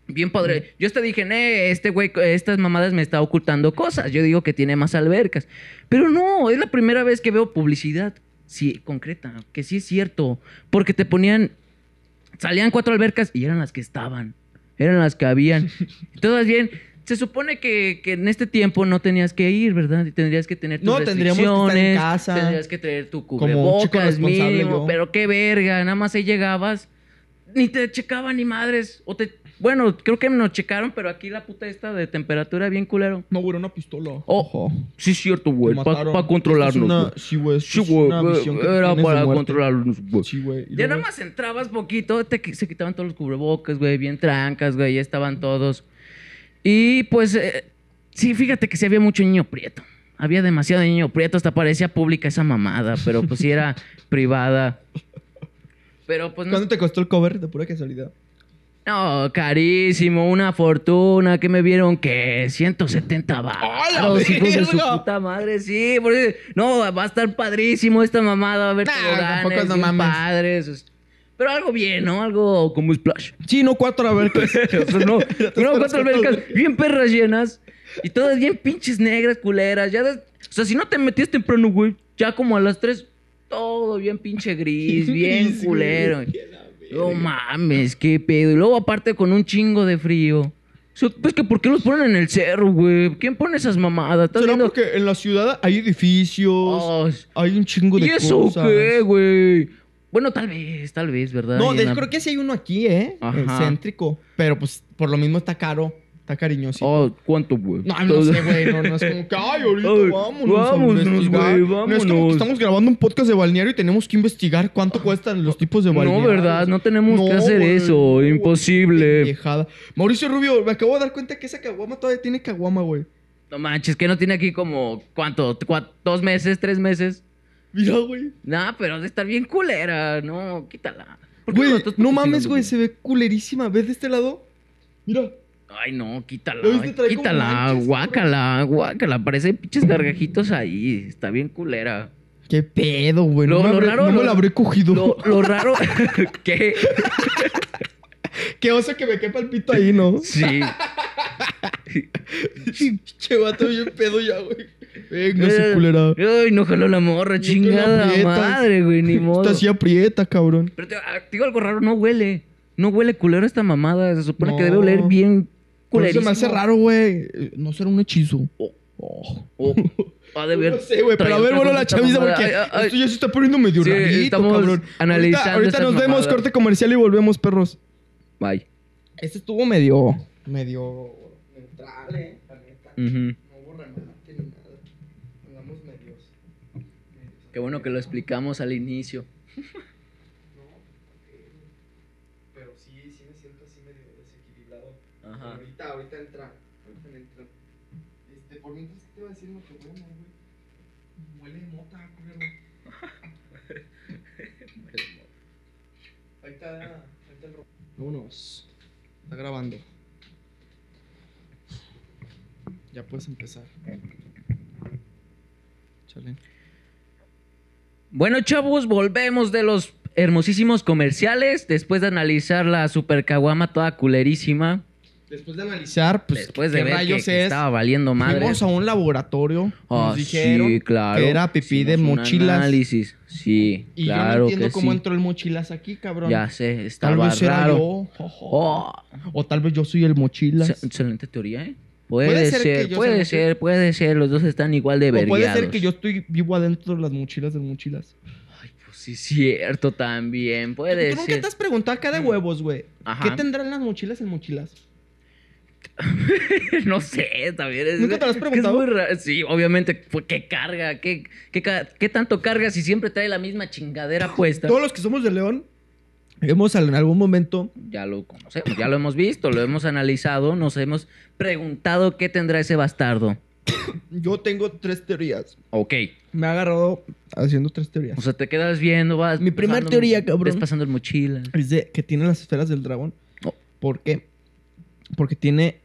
Speaker 1: Bien padre. Yo hasta dije, eh, este güey, estas mamadas me está ocultando cosas. Yo digo que tiene más albercas. Pero no, es la primera vez que veo publicidad. Sí, concreta, que sí es cierto. Porque te ponían, salían cuatro albercas y eran las que estaban. Eran las que habían. Todas bien. Se supone que, que en este tiempo no tenías que ir, ¿verdad? Y Tendrías que tener tus
Speaker 2: No, tendríamos que estar en
Speaker 1: restricciones,
Speaker 2: casa.
Speaker 1: Tendrías que tener tu
Speaker 2: un chico
Speaker 1: cubrebocas
Speaker 2: responsable
Speaker 1: mínimo.
Speaker 2: yo.
Speaker 1: Pero qué verga, nada más ahí llegabas ni te checaban ni madres. O te, bueno, creo que nos checaron, pero aquí la puta esta de temperatura bien culero.
Speaker 2: No, güey, era una pistola.
Speaker 1: Ojo. Sí, es cierto, Oh, güey.
Speaker 2: Te
Speaker 1: Para
Speaker 2: mataron.
Speaker 1: controlarnos.
Speaker 2: Esto es una-
Speaker 1: güey.
Speaker 2: sí, güey. esto
Speaker 1: Sí,
Speaker 2: es
Speaker 1: güey.
Speaker 2: una
Speaker 1: güey,
Speaker 2: misión que
Speaker 1: Era
Speaker 2: tienes de
Speaker 1: para
Speaker 2: muerte.
Speaker 1: controlarnos, güey.
Speaker 2: Sí, güey. y
Speaker 1: ya
Speaker 2: luego-
Speaker 1: nada más entrabas poquito, te, qui- se quitaban todos los cubrebocas, güey. Bien trancas, güey. Ya estaban todos. Y pues, eh, sí, fíjate que sí había mucho niño prieto. Había demasiado niño prieto, hasta parecía pública esa mamada, pero pues sí era privada. Pero pues no
Speaker 2: ¿Cuánto te costó el cover de pura casualidad?
Speaker 1: No, carísimo, una fortuna que me vieron que 170
Speaker 2: ¡A la
Speaker 1: baros. Hijos de su
Speaker 2: verga!
Speaker 1: puta madre, sí. por eso- no, va a estar padrísimo esta mamada. Va a ver
Speaker 2: Nah,
Speaker 1: toboganes,
Speaker 2: tampoco no
Speaker 1: bien
Speaker 2: mames.
Speaker 1: padres. es- Pero algo bien, ¿no? Algo como Splash.
Speaker 2: Sí, no, cuatro albercas.
Speaker 1: O sea, no, no, cuatro albercas bien perras llenas y todas bien pinches negras, culeras. Ya des- o sea, si no te metías temprano, güey, ya como a las 3, todo bien pinche gris, bien culero. No mames, qué pedo. Y luego aparte con un chingo de frío. So, Pues que ¿por qué los ponen en el cerro, güey? ¿Quién pone esas mamadas? ¿Estás
Speaker 2: Será
Speaker 1: viendo?
Speaker 2: porque en la ciudad hay edificios,
Speaker 1: Oh,
Speaker 2: hay un chingo de
Speaker 1: ¿Y eso
Speaker 2: cosas.
Speaker 1: qué, güey? Bueno, tal vez, tal vez, ¿verdad?
Speaker 2: No,
Speaker 1: Y
Speaker 2: de-
Speaker 1: en la-
Speaker 2: creo que sí hay uno aquí, ¿eh?
Speaker 1: Ajá.
Speaker 2: El céntrico. Pero pues por lo mismo está caro, está cariñoso.
Speaker 1: Oh, ¿cuánto, güey?
Speaker 2: No, no sé, güey. No, no es como que, ay, ahorita
Speaker 1: Ay,
Speaker 2: vámonos. a
Speaker 1: vámonos,
Speaker 2: investigar".
Speaker 1: güey,
Speaker 2: No es como que
Speaker 1: vámonos. Ah,
Speaker 2: estamos grabando un podcast de balneario y tenemos que investigar cuánto cuestan los tipos de balneario.
Speaker 1: No, ¿verdad? No tenemos que
Speaker 2: No,
Speaker 1: hacer
Speaker 2: güey, no,
Speaker 1: eso.
Speaker 2: güey,
Speaker 1: Imposible.
Speaker 2: pendejada. Mauricio Rubio, me acabo de dar cuenta que esa caguama todavía tiene caguama, güey.
Speaker 1: No manches, que no tiene aquí como, ¿cuánto? ¿Cua- ¿Dos meses? ¿Tres meses?
Speaker 2: Mira, güey.
Speaker 1: Nah, pero ha de estar bien culera. No, quítala. ¿Por qué
Speaker 2: Güey,
Speaker 1: lo estás
Speaker 2: no
Speaker 1: patrocinando,
Speaker 2: mames, güey, se ve culerísima. ¿Ves de este lado? Mira.
Speaker 1: Ay, no, quítala.
Speaker 2: ¿Lo viste? Trae como
Speaker 1: Quítala,
Speaker 2: manchas,
Speaker 1: guácala, guácala. Parece pinches gargajitos ahí. Está bien culera.
Speaker 2: Qué pedo, güey.
Speaker 1: Lo-
Speaker 2: No, me,
Speaker 1: lo
Speaker 2: habré-
Speaker 1: raro,
Speaker 2: no me
Speaker 1: lo-
Speaker 2: la habré cogido.
Speaker 1: Lo, lo raro. ¿Qué?
Speaker 2: Qué oso que me quepa el pito ahí, ¿no?
Speaker 1: Sí.
Speaker 2: che, vato, bien pedo ya, güey. Venga,
Speaker 1: Eh,
Speaker 2: su culera.
Speaker 1: Ay, no jaló la morra,
Speaker 2: No te
Speaker 1: chingada
Speaker 2: la aprietas.
Speaker 1: madre, güey, ni modo.
Speaker 2: Esta sí aprieta, cabrón.
Speaker 1: Pero te, ah, te digo algo raro, no huele. No huele culero esta mamada. Se supone que debe
Speaker 2: No.
Speaker 1: oler bien
Speaker 2: Por eso
Speaker 1: culerísimo.
Speaker 2: me hace raro, güey. Eh, No será un hechizo.
Speaker 1: Oh.
Speaker 2: Oh.
Speaker 1: O- ha de haber
Speaker 2: No sé, güey, pero
Speaker 1: traído
Speaker 2: a ver,
Speaker 1: otra
Speaker 2: bueno,
Speaker 1: cosa
Speaker 2: la
Speaker 1: esta
Speaker 2: chaviza,
Speaker 1: mamada. Ay,
Speaker 2: porque
Speaker 1: ay, ay.
Speaker 2: esto ya se está poniendo medio
Speaker 1: Sí,
Speaker 2: rarito,
Speaker 1: estamos
Speaker 2: cabrón.
Speaker 1: analizando
Speaker 2: Ahorita, ahorita
Speaker 1: estas
Speaker 2: nos vemos
Speaker 1: mamadas.
Speaker 2: corte comercial y volvemos, perros.
Speaker 1: Bye.
Speaker 2: Este estuvo medio... Medio... Neutral, eh, la neta.
Speaker 1: Ujú.
Speaker 2: No hubo remate ni nada. Andamos medios...
Speaker 1: Qué bueno que lo explicamos al inicio.
Speaker 2: No, pero sí, sí me siento así medio desequilibrado.
Speaker 1: Ajá.
Speaker 2: Ahorita, ahorita entra. Ahorita me entra. Este, por mientras ¿qué te iba a decir lo que huele, güey. Huele mota, culero. Ahorita, ahorita el rojo. Vámonos. Está grabando. Ya puedes empezar. Chale.
Speaker 1: Bueno, chavos, volvemos de los hermosísimos comerciales. Después de analizar la super caguama toda culerísima.
Speaker 2: Después de analizar, pues,
Speaker 1: después de
Speaker 2: qué
Speaker 1: ver que,
Speaker 2: rayos
Speaker 1: que
Speaker 2: es.
Speaker 1: estaba valiendo madre.
Speaker 2: Fuimos a un laboratorio.
Speaker 1: Ah,
Speaker 2: nos dijeron
Speaker 1: sí, claro.
Speaker 2: que era pipí de
Speaker 1: Hicimos un
Speaker 2: mochilas.
Speaker 1: análisis. Sí,
Speaker 2: Y yo no
Speaker 1: claro
Speaker 2: entiendo
Speaker 1: que
Speaker 2: cómo
Speaker 1: sí.
Speaker 2: entró el mochilas aquí, cabrón.
Speaker 1: Ya sé,
Speaker 2: tal
Speaker 1: estaba
Speaker 2: vez era
Speaker 1: raro.
Speaker 2: yo. ojo.
Speaker 1: Oh,
Speaker 2: O tal vez yo soy el mochilas.
Speaker 1: ex- excelente teoría, ¿eh? Puede,
Speaker 2: Puede ser
Speaker 1: ser,
Speaker 2: que yo sea
Speaker 1: puede
Speaker 2: mochila.
Speaker 1: ser, puede ser. Los dos están igual de
Speaker 2: o
Speaker 1: vergados.
Speaker 2: puede ser que yo estoy vivo adentro de las mochilas del mochilas.
Speaker 1: Ay, pues sí, cierto también. Puede
Speaker 2: ¿Tú nunca
Speaker 1: ser. Mm.
Speaker 2: te has preguntado acá de huevos, güey?
Speaker 1: Ajá.
Speaker 2: ¿Qué tendrán las mochilas en mochilas?
Speaker 1: no sé, también es.
Speaker 2: ¿Nunca te lo
Speaker 1: es
Speaker 2: has
Speaker 1: que
Speaker 2: preguntado?
Speaker 1: Es muy raro. Sí, obviamente. pues, ¿Qué carga? ¿Qué, qué, ca- qué tanto carga si siempre trae la misma chingadera puesta?
Speaker 2: Todos los que somos de León, hemos en algún momento.
Speaker 1: Ya lo conocemos, ya lo hemos visto, lo hemos analizado, nos hemos preguntado qué tendrá ese bastardo.
Speaker 2: Yo tengo tres teorías.
Speaker 1: Ok.
Speaker 2: Me ha agarrado haciendo tres teorías.
Speaker 1: O sea, te quedas viendo, vas.
Speaker 2: Mi primer
Speaker 1: pasando-
Speaker 2: teoría, cabrón.
Speaker 1: Ves pasando el mochila.
Speaker 2: Es de que tiene las esferas del dragón.
Speaker 1: Oh.
Speaker 2: ¿Por qué? Porque tiene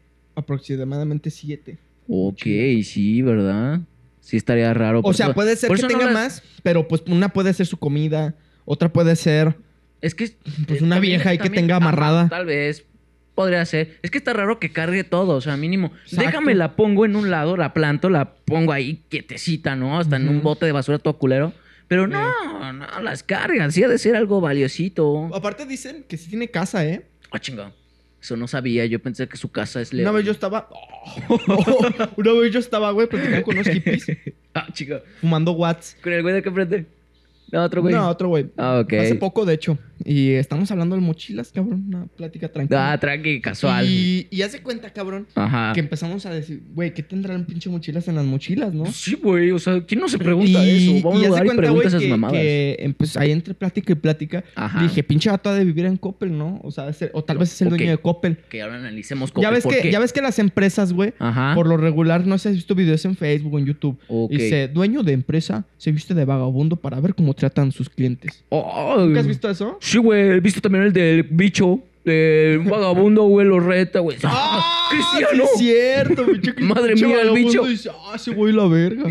Speaker 2: aproximadamente siete.
Speaker 1: Ok, sí, ¿verdad? Sí, estaría raro.
Speaker 2: O
Speaker 1: Oh, por
Speaker 2: sea,
Speaker 1: eso-
Speaker 2: puede ser
Speaker 1: por
Speaker 2: que
Speaker 1: eso no
Speaker 2: tenga
Speaker 1: las-
Speaker 2: más, pero pues una puede ser su comida, otra puede ser.
Speaker 1: Es que.
Speaker 2: Pues una vieja ahí que tenga
Speaker 1: ajá,
Speaker 2: amarrada.
Speaker 1: Tal vez. Podría ser. Es que está raro que cargue todo, o sea, mínimo.
Speaker 2: Exacto.
Speaker 1: Déjame la pongo en un lado, la planto, la pongo ahí quietecita, ¿no? Hasta en un
Speaker 2: Ujú.
Speaker 1: bote de basura todo culero. Pero no, no, las cargas. Sí ha de ser algo valiosito.
Speaker 2: Aparte dicen que sí tiene casa, ¿eh?
Speaker 1: Ah, chingado. Eso no sabía. Yo pensé que su casa es león.
Speaker 2: Una vez yo estaba. oh, una vez yo estaba, güey, platicando con unos hippies,
Speaker 1: Ah, chingado.
Speaker 2: fumando watts.
Speaker 1: Con el güey de que frente. No, otro güey.
Speaker 2: No, otro güey.
Speaker 1: Ah, ok.
Speaker 2: Hace poco, de hecho. Y estamos hablando de mochilas, cabrón. Una plática tranquila.
Speaker 1: Ah, tranqui, casual.
Speaker 2: Y, y hace cuenta, cabrón,
Speaker 1: Ajá.
Speaker 2: que empezamos a decir, güey, ¿qué tendrán pinche mochilas en las mochilas, no?
Speaker 1: Pues Sí, güey. O sea, ¿quién no se pregunta eso? Vamos a
Speaker 2: hace
Speaker 1: un lugar y
Speaker 2: cuenta,
Speaker 1: pregunta
Speaker 2: güey,
Speaker 1: esas
Speaker 2: que-
Speaker 1: mamadas.
Speaker 2: que, em, pues, ahí entre plática y plática,
Speaker 1: Ajá.
Speaker 2: dije, pinche vato ha de vivir en Coppel, ¿no? O sea, es el- o tal vez es el
Speaker 1: Ok.
Speaker 2: dueño de Coppel.
Speaker 1: Que ahora analicemos
Speaker 2: Ya
Speaker 1: Coppel,
Speaker 2: ves,
Speaker 1: ¿por
Speaker 2: que,
Speaker 1: qué?
Speaker 2: ya ves que las empresas, güey,
Speaker 1: Ajá.
Speaker 2: por lo regular, no sé si has visto videos en Facebook o en YouTube.
Speaker 1: Ok.
Speaker 2: Dice, dueño de empresa se viste de vagabundo para ver cómo tratan sus clientes.
Speaker 1: Oh,
Speaker 2: ¿Nunca has visto eso?
Speaker 1: Sí, güey. He visto también el del bicho. El vagabundo, güey, lo reta, güey.
Speaker 2: ¡Ah!
Speaker 1: ¡Cristiano!
Speaker 2: sí es cierto, pinche Cristiano,
Speaker 1: Madre mía, el
Speaker 2: vagabundo,
Speaker 1: bicho.
Speaker 2: dice, ah, ese güey la verga.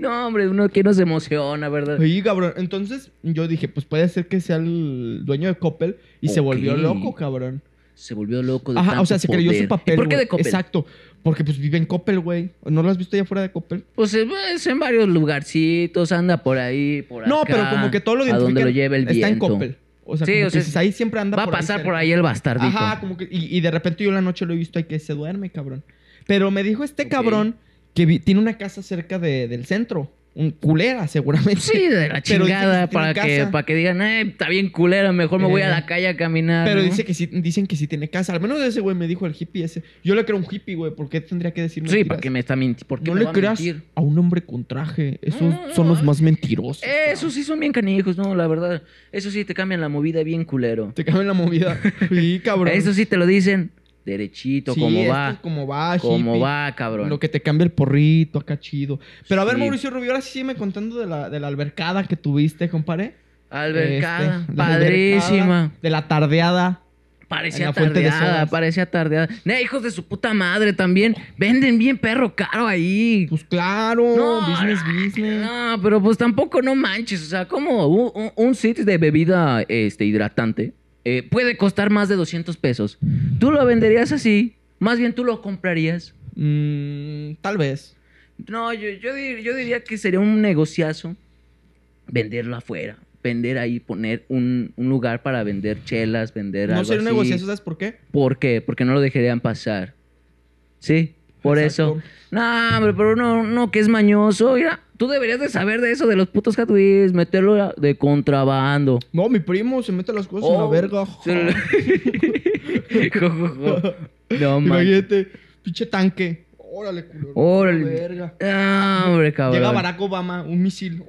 Speaker 1: No, hombre, uno que no se emociona, ¿verdad?
Speaker 2: Oye, cabrón, entonces yo dije, pues puede ser que sea el dueño de Coppel y se
Speaker 1: Ok.
Speaker 2: volvió loco, cabrón.
Speaker 1: Se volvió loco de
Speaker 2: Ajá,
Speaker 1: tanto
Speaker 2: o sea, se creyó
Speaker 1: poder.
Speaker 2: su papel.
Speaker 1: ¿Y ¿Por qué
Speaker 2: güey.
Speaker 1: de Coppel?
Speaker 2: Exacto. Porque pues vive en Coppel, güey. ¿No lo has visto allá afuera de Coppel?
Speaker 1: Pues eh, es en varios lugarcitos, anda por ahí, por
Speaker 2: No,
Speaker 1: acá,
Speaker 2: pero como que todo lo
Speaker 1: A donde
Speaker 2: identifican,
Speaker 1: lo lleve el
Speaker 2: Está en
Speaker 1: viento.
Speaker 2: Coppel. O sea,
Speaker 1: Sí,
Speaker 2: como
Speaker 1: o
Speaker 2: que
Speaker 1: sea,
Speaker 2: dices, ahí siempre anda
Speaker 1: Va a
Speaker 2: por ahí
Speaker 1: pasar
Speaker 2: cerca.
Speaker 1: por ahí el bastardito.
Speaker 2: Ajá, como que. Y, y de repente yo en la noche lo he visto ahí que se duerme, cabrón. Pero me dijo este
Speaker 1: Ok.
Speaker 2: cabrón que vi- tiene una casa cerca de- del centro. Un culera, seguramente.
Speaker 1: Sí, de la
Speaker 2: Pero dice
Speaker 1: chingada,
Speaker 2: que sí
Speaker 1: para
Speaker 2: tiene
Speaker 1: que,
Speaker 2: casa.
Speaker 1: para que digan, eh, está bien culera, mejor me voy a
Speaker 2: Eh.
Speaker 1: la calle a caminar.
Speaker 2: Pero
Speaker 1: ¿no?
Speaker 2: dice que sí, dicen que sí tiene casa. Al menos ese güey me dijo el hippie ese. Yo le creo un hippie, güey. ¿Por qué tendría que decirme
Speaker 1: Sí, ¿para qué me está mintiendo? ¿Por qué
Speaker 2: No
Speaker 1: me
Speaker 2: le
Speaker 1: va a
Speaker 2: creas
Speaker 1: mentir? Mm.
Speaker 2: a un hombre con traje. Esos
Speaker 1: No, no,
Speaker 2: son
Speaker 1: no.
Speaker 2: los más mentirosos.
Speaker 1: Eso sí son bien canijos, no, la verdad. Eso sí te cambian la movida bien culero.
Speaker 2: Te cabe en la movida. Sí, cabrón.
Speaker 1: Eso sí te lo dicen derechito,
Speaker 2: Sí,
Speaker 1: como
Speaker 2: esto
Speaker 1: va.
Speaker 2: es Como va,
Speaker 1: Como
Speaker 2: hippie.
Speaker 1: va, cabrón.
Speaker 2: Lo que te cambia el porrito, acá chido. Pero a ver,
Speaker 1: Sí.
Speaker 2: Mauricio Rubio, ahora sí me contando de la, de la albercada que tuviste, compadre.
Speaker 1: Albercada,
Speaker 2: Este, de la
Speaker 1: padrísima.
Speaker 2: albercada, De la tardeada. en
Speaker 1: Parecía
Speaker 2: la Fuente de
Speaker 1: tardeada,
Speaker 2: Sodas.
Speaker 1: parecía tardeada. Nah, hijos de su puta madre también. Venden bien perro caro ahí.
Speaker 2: Pues claro,
Speaker 1: No,
Speaker 2: business,
Speaker 1: no,
Speaker 2: business.
Speaker 1: No, pero pues tampoco no manches. O sea, como un, un, un sit de bebida este, hidratante eh, puede costar más de 200 pesos. Tú lo venderías así. Más bien tú lo comprarías.
Speaker 2: Mm, tal vez.
Speaker 1: No, yo, yo, dir- yo diría que sería un negociazo venderlo afuera. Vender ahí, poner un, un lugar para vender chelas, vender
Speaker 2: No
Speaker 1: algo
Speaker 2: sería un
Speaker 1: así.
Speaker 2: negocio, ¿sabes por qué?
Speaker 1: ¿Por qué? Porque no lo dejarían pasar. ¿Sí? Por
Speaker 2: Exacto.
Speaker 1: eso. No, hombre, pero no, no, que es mañoso. Mira, tú deberías de saber de eso, de los putos Hot Wheels, meterlo a- de contrabando.
Speaker 2: No, mi primo se mete las cosas en la
Speaker 1: Oh,
Speaker 2: verga.
Speaker 1: se lo- Jo, jo, jo. no, man.
Speaker 2: Imagínate, pinche tanque. Órale, culero.
Speaker 1: Órale.
Speaker 2: La verga.
Speaker 1: No, Ah, hombre, cabrón.
Speaker 2: Llega Barack Obama, un misil.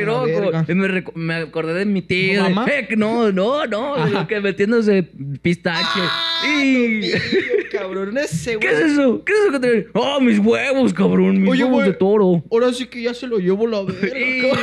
Speaker 1: Ay,
Speaker 2: la
Speaker 1: no,
Speaker 2: verga.
Speaker 1: co- me, recu- me acordé de mi tío.
Speaker 2: ¿No,
Speaker 1: de-
Speaker 2: mamá?
Speaker 1: Eh, no, no, no, de lo que metiéndose pistache.
Speaker 2: Ah,
Speaker 1: Y-
Speaker 2: Tío, cabrón, ese
Speaker 1: ¿Qué
Speaker 2: güey.
Speaker 1: es eso? ¿Qué es eso que trae? Oh, mis huevos, cabrón, mis
Speaker 2: Oye,
Speaker 1: huevos
Speaker 2: güey.
Speaker 1: de toro.
Speaker 2: Ahora sí que ya se lo llevo la
Speaker 1: Y-
Speaker 2: verga.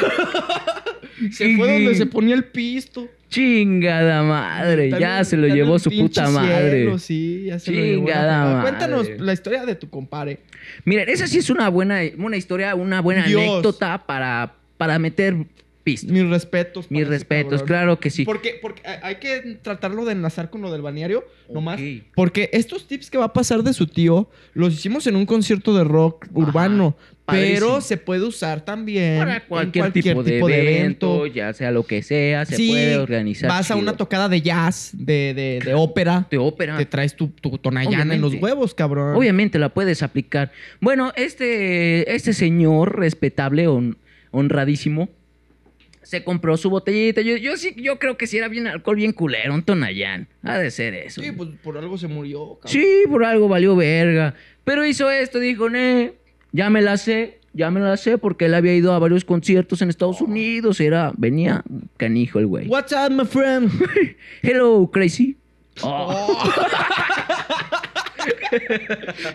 Speaker 2: Se fue donde se ponía el pisto.
Speaker 1: Chingada madre,
Speaker 2: Está
Speaker 1: ya
Speaker 2: en-
Speaker 1: se lo
Speaker 2: está en
Speaker 1: llevó
Speaker 2: el
Speaker 1: su puta
Speaker 2: pinche
Speaker 1: madre.
Speaker 2: cielo, sí, ya se lo llevó la
Speaker 1: Chingada
Speaker 2: fregada.
Speaker 1: madre.
Speaker 2: Cuéntanos la historia de tu compadre.
Speaker 1: Miren, esa sí es una buena, una historia, una buena
Speaker 2: Dios.
Speaker 1: anécdota para, para meter pisto.
Speaker 2: Mis respetos. para
Speaker 1: Mis
Speaker 2: ese
Speaker 1: respetos,
Speaker 2: cabrón.
Speaker 1: claro que sí.
Speaker 2: Porque, porque hay hay que tratarlo de enlazar con lo del balneario, nomás.
Speaker 1: Ok.
Speaker 2: Porque estos tips que va a pasar de su tío, los hicimos en un concierto de rock urbano.
Speaker 1: padrísimo.
Speaker 2: Pero se puede usar también
Speaker 1: Para
Speaker 2: en
Speaker 1: cualquier, tipo, de, evento, ya sea lo que sea, se
Speaker 2: Sí,
Speaker 1: puede organizar.
Speaker 2: Vas a
Speaker 1: chido.
Speaker 2: una tocada de jazz, de, de- de ópera,
Speaker 1: de ópera.
Speaker 2: te traes tu, tu tonallana en los
Speaker 1: Obviamente.
Speaker 2: huevos, cabrón.
Speaker 1: Obviamente la puedes aplicar. Bueno, este, este señor respetable, hon- honradísimo, se compró su botellita. Yo, yo sí, yo creo que si era bien alcohol, bien culero, un tonallán. Ha de ser eso.
Speaker 2: Sí, pues por algo se murió, cabrón.
Speaker 1: Sí, por algo valió verga. Pero hizo esto, dijo, ne, ya me la sé, ya me la sé, porque él había ido a varios conciertos en
Speaker 2: Oh.
Speaker 1: Estados Unidos. Era, venía canijo el güey.
Speaker 2: What's up, my friend?
Speaker 1: Hello, crazy. Oh.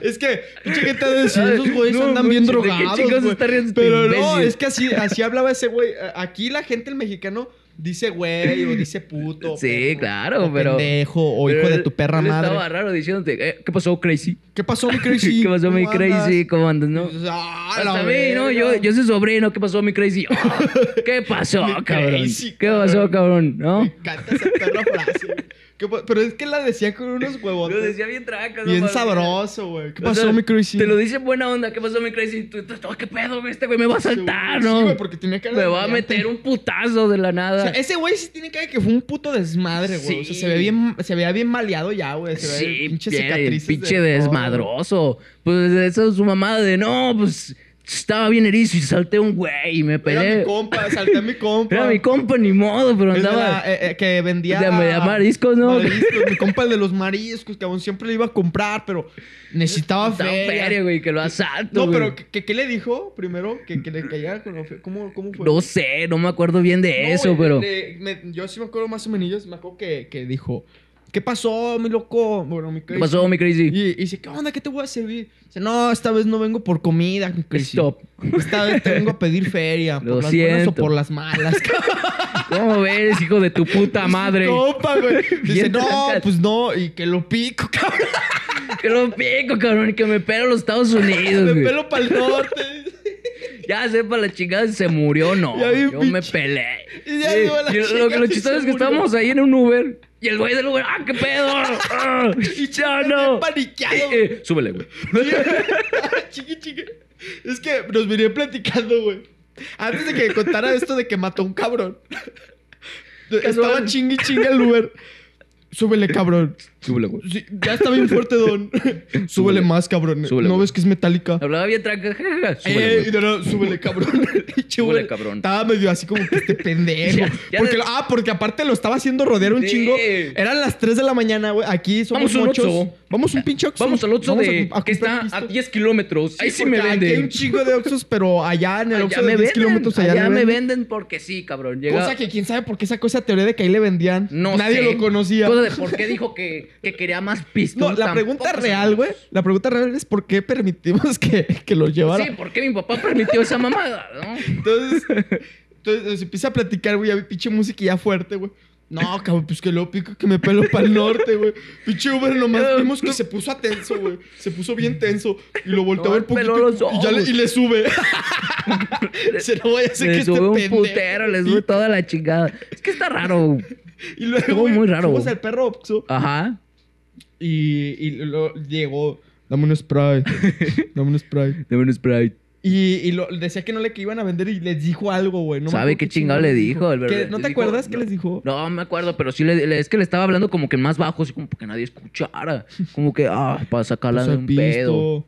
Speaker 2: es que, pinche gente ha de decir, esos güeyes
Speaker 1: No,
Speaker 2: andan bien
Speaker 1: manches, ¿de qué
Speaker 2: drogados.
Speaker 1: chingados
Speaker 2: güey.
Speaker 1: está riendo este
Speaker 2: Pero no,
Speaker 1: imbécil?
Speaker 2: es que así, así hablaba ese güey. A- Aquí la gente, el mexicano, dice güey o dice puto.
Speaker 1: Oh, Sí,
Speaker 2: perro,
Speaker 1: claro,
Speaker 2: o
Speaker 1: pero-
Speaker 2: Pendejo o
Speaker 1: Pero
Speaker 2: hijo de
Speaker 1: él-
Speaker 2: tu perra
Speaker 1: él
Speaker 2: madre.
Speaker 1: Estaba raro diciéndote, "Eh, ¿qué pasó, crazy?
Speaker 2: ¿Qué pasó, mi crazy?
Speaker 1: ¿Qué pasó, mi
Speaker 2: ¿Cómo
Speaker 1: crazy?
Speaker 2: andas?
Speaker 1: ¿Cómo andas, no?
Speaker 2: Pues, ah, la
Speaker 1: Hasta a mí, ¿no?
Speaker 2: verga.
Speaker 1: Yo, yo soy sobrino. ¿Qué pasó, mi crazy? Ah, ¿Qué pasó,
Speaker 2: Mi
Speaker 1: cabrón?
Speaker 2: crazy,
Speaker 1: ¿Qué
Speaker 2: cabrón.
Speaker 1: pasó, cabrón?
Speaker 2: Me
Speaker 1: ¿No?
Speaker 2: encanta esa perra frase. güey. ¿Qué pa- Pero es que la decía con unos huevotes.
Speaker 1: Lo decía bien traca.
Speaker 2: Bien sabroso, güey. ¿Qué pasó, mi crazy?
Speaker 1: Te lo dice en buena onda. ¿Qué pasó, mi crazy? Tú, tú, tú, ¿Qué pedo, güey? Este güey me va a saltar,
Speaker 2: Sí,
Speaker 1: ¿no?
Speaker 2: güey, porque tenía cara
Speaker 1: me
Speaker 2: de
Speaker 1: va a
Speaker 2: gigante.
Speaker 1: meter un putazo de la
Speaker 2: O
Speaker 1: nada.
Speaker 2: sea, ese güey sí tiene cara de que fue un puto desmadre, güey. O sea,
Speaker 1: Sí.
Speaker 2: se ve bien, se veía bien maleado ya, güey. Se ve
Speaker 1: Sí,
Speaker 2: pinche
Speaker 1: bien,
Speaker 2: cicatrices.
Speaker 1: pinche
Speaker 2: de todo.
Speaker 1: desmadroso. Pues eso es su mamada de no, pues estaba bien erizo y salté un güey y me
Speaker 2: Era mi
Speaker 1: peleé.
Speaker 2: compa, salté a mi compa.
Speaker 1: ¿eh? Era mi compa, ni modo, pero
Speaker 2: El de
Speaker 1: andaba.
Speaker 2: la- eh, eh, que vendía
Speaker 1: de- vendía mariscos, ¿no?
Speaker 2: Mariscos, mi compa el de los mariscos, que aún siempre le iba a comprar, pero necesitaba
Speaker 1: Estaba
Speaker 2: feria.
Speaker 1: feria, güey, que lo asalto.
Speaker 2: No,
Speaker 1: güey.
Speaker 2: pero ¿qué- ¿qué, qué le dijo primero? Que, que le cayera con la fe- ¿Cómo, ¿Cómo fue?
Speaker 1: No sé, no me acuerdo bien de
Speaker 2: No,
Speaker 1: eso,
Speaker 2: güey,
Speaker 1: pero.
Speaker 2: le- me- yo sí me acuerdo más o menos. Me acuerdo que, que dijo: ¿Qué pasó, mi loco? Bueno, mi
Speaker 1: ¿Qué pasó, mi crazy?
Speaker 2: Y, y dice, ¿qué onda? ¿Qué te voy a servir? Dice, no, esta vez no vengo por comida, mi Crazy.
Speaker 1: Stop.
Speaker 2: Esta vez te vengo a pedir feria.
Speaker 1: Lo
Speaker 2: por las buenas o
Speaker 1: siento.
Speaker 2: por las malas.
Speaker 1: ¿Cómo ves, hijo de tu puta madre?
Speaker 2: Compa, güey. Dice,
Speaker 1: Bien
Speaker 2: no,
Speaker 1: trancas.
Speaker 2: pues no. Y que lo pico, cabrón.
Speaker 1: Que lo pico, cabrón, y que me pelo a los Estados
Speaker 2: Me
Speaker 1: Unidos, güey.
Speaker 2: pelo para el norte.
Speaker 1: Ya sepa la chingada si se murió o no.
Speaker 2: Ya vi un
Speaker 1: Yo me
Speaker 2: pinche-
Speaker 1: peleé.
Speaker 2: Y ya
Speaker 1: Sí,
Speaker 2: digo la
Speaker 1: y lo- lo,
Speaker 2: chingada
Speaker 1: lo
Speaker 2: si
Speaker 1: chistoso
Speaker 2: se
Speaker 1: es que
Speaker 2: murió.
Speaker 1: estábamos ahí en un Uber y el güey del Uber, ¡ah, qué pedo! ¡Ah! ¡Ya no!
Speaker 2: Bien paniqueado,
Speaker 1: Eh,
Speaker 2: güey.
Speaker 1: eh, súbele, güey.
Speaker 2: chiqui, chiqui. Es que nos venía platicando, güey. Antes de que contara esto de que mató a un cabrón. Estaba
Speaker 1: Cabrón.
Speaker 2: chingui, chingue el Uber. Súbele, cabrón.
Speaker 1: Súbele, güey.
Speaker 2: Sí, ya está bien fuerte, don. súbele más, cabrón.
Speaker 1: Súbele,
Speaker 2: no
Speaker 1: güey.
Speaker 2: ves que es metálica.
Speaker 1: Hablaba bien tranca. ja, ja, ja. Súbele,
Speaker 2: Eh,
Speaker 1: güey.
Speaker 2: y de nuevo, súbele, cabrón. Y che,
Speaker 1: Súbele,
Speaker 2: güey,
Speaker 1: cabrón.
Speaker 2: Estaba medio así como que este pendejo.
Speaker 1: Ya, ya
Speaker 2: porque,
Speaker 1: de-
Speaker 2: lo- Ah, porque aparte lo estaba haciendo rodear un
Speaker 1: Sí.
Speaker 2: chingo. Eran las 3 de la mañana, güey. Aquí somos
Speaker 1: Vamos a un
Speaker 2: muchos.
Speaker 1: Oxxo.
Speaker 2: Vamos a un pinche Oxxo.
Speaker 1: Vamos al otro
Speaker 2: Vamos
Speaker 1: de
Speaker 2: a- a
Speaker 1: que está
Speaker 2: comprar pisto.
Speaker 1: a 10 kilómetros. Ahí sí
Speaker 2: porque
Speaker 1: me
Speaker 2: Aquí hay un
Speaker 1: venden.
Speaker 2: chingo de Oxxos, pero allá en el
Speaker 1: Allá
Speaker 2: Oxxo de
Speaker 1: me
Speaker 2: 10
Speaker 1: venden.
Speaker 2: kilómetros allá,
Speaker 1: allá
Speaker 2: le
Speaker 1: me
Speaker 2: venden.
Speaker 1: venden porque sí, cabrón. Llega...
Speaker 2: Cosa que quién sabe por qué sacó esa teoría de que ahí le vendían.
Speaker 1: No
Speaker 2: Nadie
Speaker 1: sé.
Speaker 2: lo conocía.
Speaker 1: Cosa de por qué dijo que que quería más pistas.
Speaker 2: No, la pregunta real, güey. La pregunta real es por qué permitimos que, que lo llevara.
Speaker 1: Sí, ¿por qué mi papá permitió esa mamada? ¿no?
Speaker 2: Entonces, entonces nos empieza a platicar, güey, ya pinche música ya fuerte, güey. No, cabrón, pues que lo pico que me pelo para el norte, güey. Pinche Uber nomás vimos que se puso a tenso, güey. Se puso bien tenso y lo volteó a ver
Speaker 1: No, peló
Speaker 2: poquito
Speaker 1: los
Speaker 2: y, ya le,
Speaker 1: ojos.
Speaker 2: y le sube. se lo voy a hacer que
Speaker 1: Le
Speaker 2: este
Speaker 1: sube un
Speaker 2: pendejo.
Speaker 1: putero, le sube toda la chingada. Es que está raro.
Speaker 2: Y luego
Speaker 1: Estuvo
Speaker 2: güey,
Speaker 1: muy raro,
Speaker 2: fuimos
Speaker 1: güey.
Speaker 2: al perro Oxxo
Speaker 1: Ajá.
Speaker 2: y, y lo, llegó, dame un spray, dame un spray.
Speaker 1: De un Sprite.
Speaker 2: Y, y lo, decía que no le que iban a vender y les dijo algo, güey. No me
Speaker 1: ¿Sabe
Speaker 2: acuerdo
Speaker 1: qué chingado le
Speaker 2: les
Speaker 1: dijo, el
Speaker 2: ¿Qué-
Speaker 1: verde?
Speaker 2: ¿No
Speaker 1: Les
Speaker 2: te
Speaker 1: dijo,
Speaker 2: acuerdas qué
Speaker 1: no.
Speaker 2: les dijo?
Speaker 1: No, me acuerdo, pero sí le, le- es que le estaba hablando como que en más bajo, así como para que nadie escuchara. Como que, ah, para sacarla
Speaker 2: Pues
Speaker 1: de
Speaker 2: al
Speaker 1: un
Speaker 2: pisto.
Speaker 1: pedo.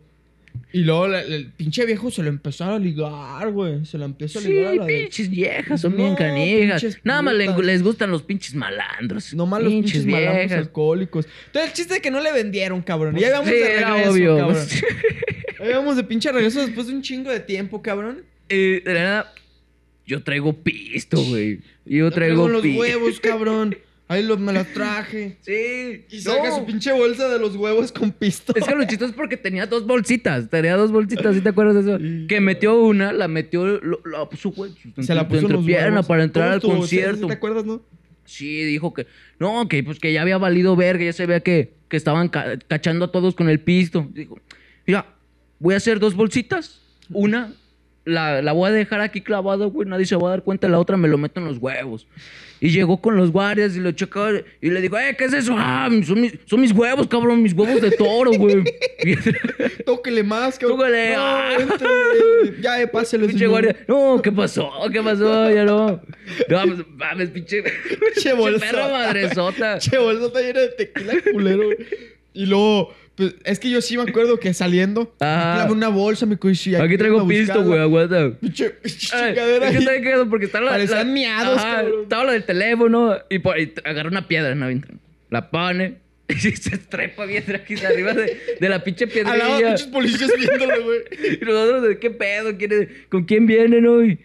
Speaker 2: Y luego la- la- el pinche viejo se lo empezó a ligar, güey. Se lo empezó a
Speaker 1: Sí,
Speaker 2: ligar. a la de-
Speaker 1: pinches viejas, son
Speaker 2: No,
Speaker 1: bien canijas.
Speaker 2: pinches
Speaker 1: Nada más le- les,
Speaker 2: putas.
Speaker 1: gustan los pinches malandros.
Speaker 2: No malos pinches, malandros alcohólicos. Entonces el chiste es que no le vendieron, cabrón. Y ya íbamos
Speaker 1: Sí,
Speaker 2: de
Speaker 1: era
Speaker 2: regreso,
Speaker 1: obvio.
Speaker 2: cabrón. Ya íbamos de pinche regreso después de un chingo de tiempo, cabrón.
Speaker 1: Eh, de la nada, yo traigo pisto, güey. Yo
Speaker 2: Yo
Speaker 1: traigo,
Speaker 2: traigo los
Speaker 1: pi-
Speaker 2: huevos, cabrón. Ahí los, me las traje.
Speaker 1: Sí.
Speaker 2: Y
Speaker 1: no.
Speaker 2: saca su pinche bolsa de los huevos con pisto.
Speaker 1: Es que lo chistoso es porque tenía dos bolsitas. Tenía dos bolsitas, ¿sí te acuerdas de eso?
Speaker 2: Sí.
Speaker 1: Que metió una, la metió, lo, la puso, güey,
Speaker 2: Se la
Speaker 1: entre-
Speaker 2: puso en
Speaker 1: entre
Speaker 2: los
Speaker 1: pierna
Speaker 2: huevos.
Speaker 1: para entrar
Speaker 2: ¿Cómo
Speaker 1: al
Speaker 2: estuvo? ¿Sí-
Speaker 1: concierto.
Speaker 2: ¿Te acuerdas, no?
Speaker 1: Sí, dijo que no, que pues que ya había valido verga, ya se veía que, que estaban ca- cachando a todos con el pisto. Dijo, mira, voy a hacer dos bolsitas. Una la, la voy a dejar aquí clavada, güey, nadie se va a dar cuenta. La otra me lo meto en los huevos. Y llegó con los guardias y lo chocó y le dijo, eh, ¿qué es eso? Ah, son mis, son mis huevos, cabrón, mis huevos de toro, güey.
Speaker 2: Tóquele más, cabrón.
Speaker 1: Tóquele.
Speaker 2: No, éntrale. ya, eh, pásele.
Speaker 1: Pinche
Speaker 2: señor.
Speaker 1: guardia, no, ¿qué pasó? ¿Qué pasó? Ya no. No, pues, mames, pinche. Pinche
Speaker 2: bolsota.
Speaker 1: perra madresota.
Speaker 2: Che, bolsota llena de tequila culero, güey. Y luego, pues, es que yo sí me acuerdo que saliendo,
Speaker 1: Ajá.
Speaker 2: clavé una bolsa, me coincidió.
Speaker 1: Ah. Aquí traigo pisto, güey, aguanta.
Speaker 2: Pinche pinche
Speaker 1: Ay,
Speaker 2: chingadera
Speaker 1: es que
Speaker 2: ahí.
Speaker 1: está quedado porque estaba la,
Speaker 2: Parecían
Speaker 1: la-
Speaker 2: miados,
Speaker 1: Ajá,
Speaker 2: cabrón.
Speaker 1: Estaba la del teléfono y, por, y agarró una piedra, ¿no? La pone y se trepa bien aquí de arriba de, de la pinche
Speaker 2: Al lado de
Speaker 1: piedrilla.
Speaker 2: pinches policías viéndolo, güey.
Speaker 1: Y nosotros, de, ¿qué pedo? ¿Quién es? ¿Con quién viene, no? Y-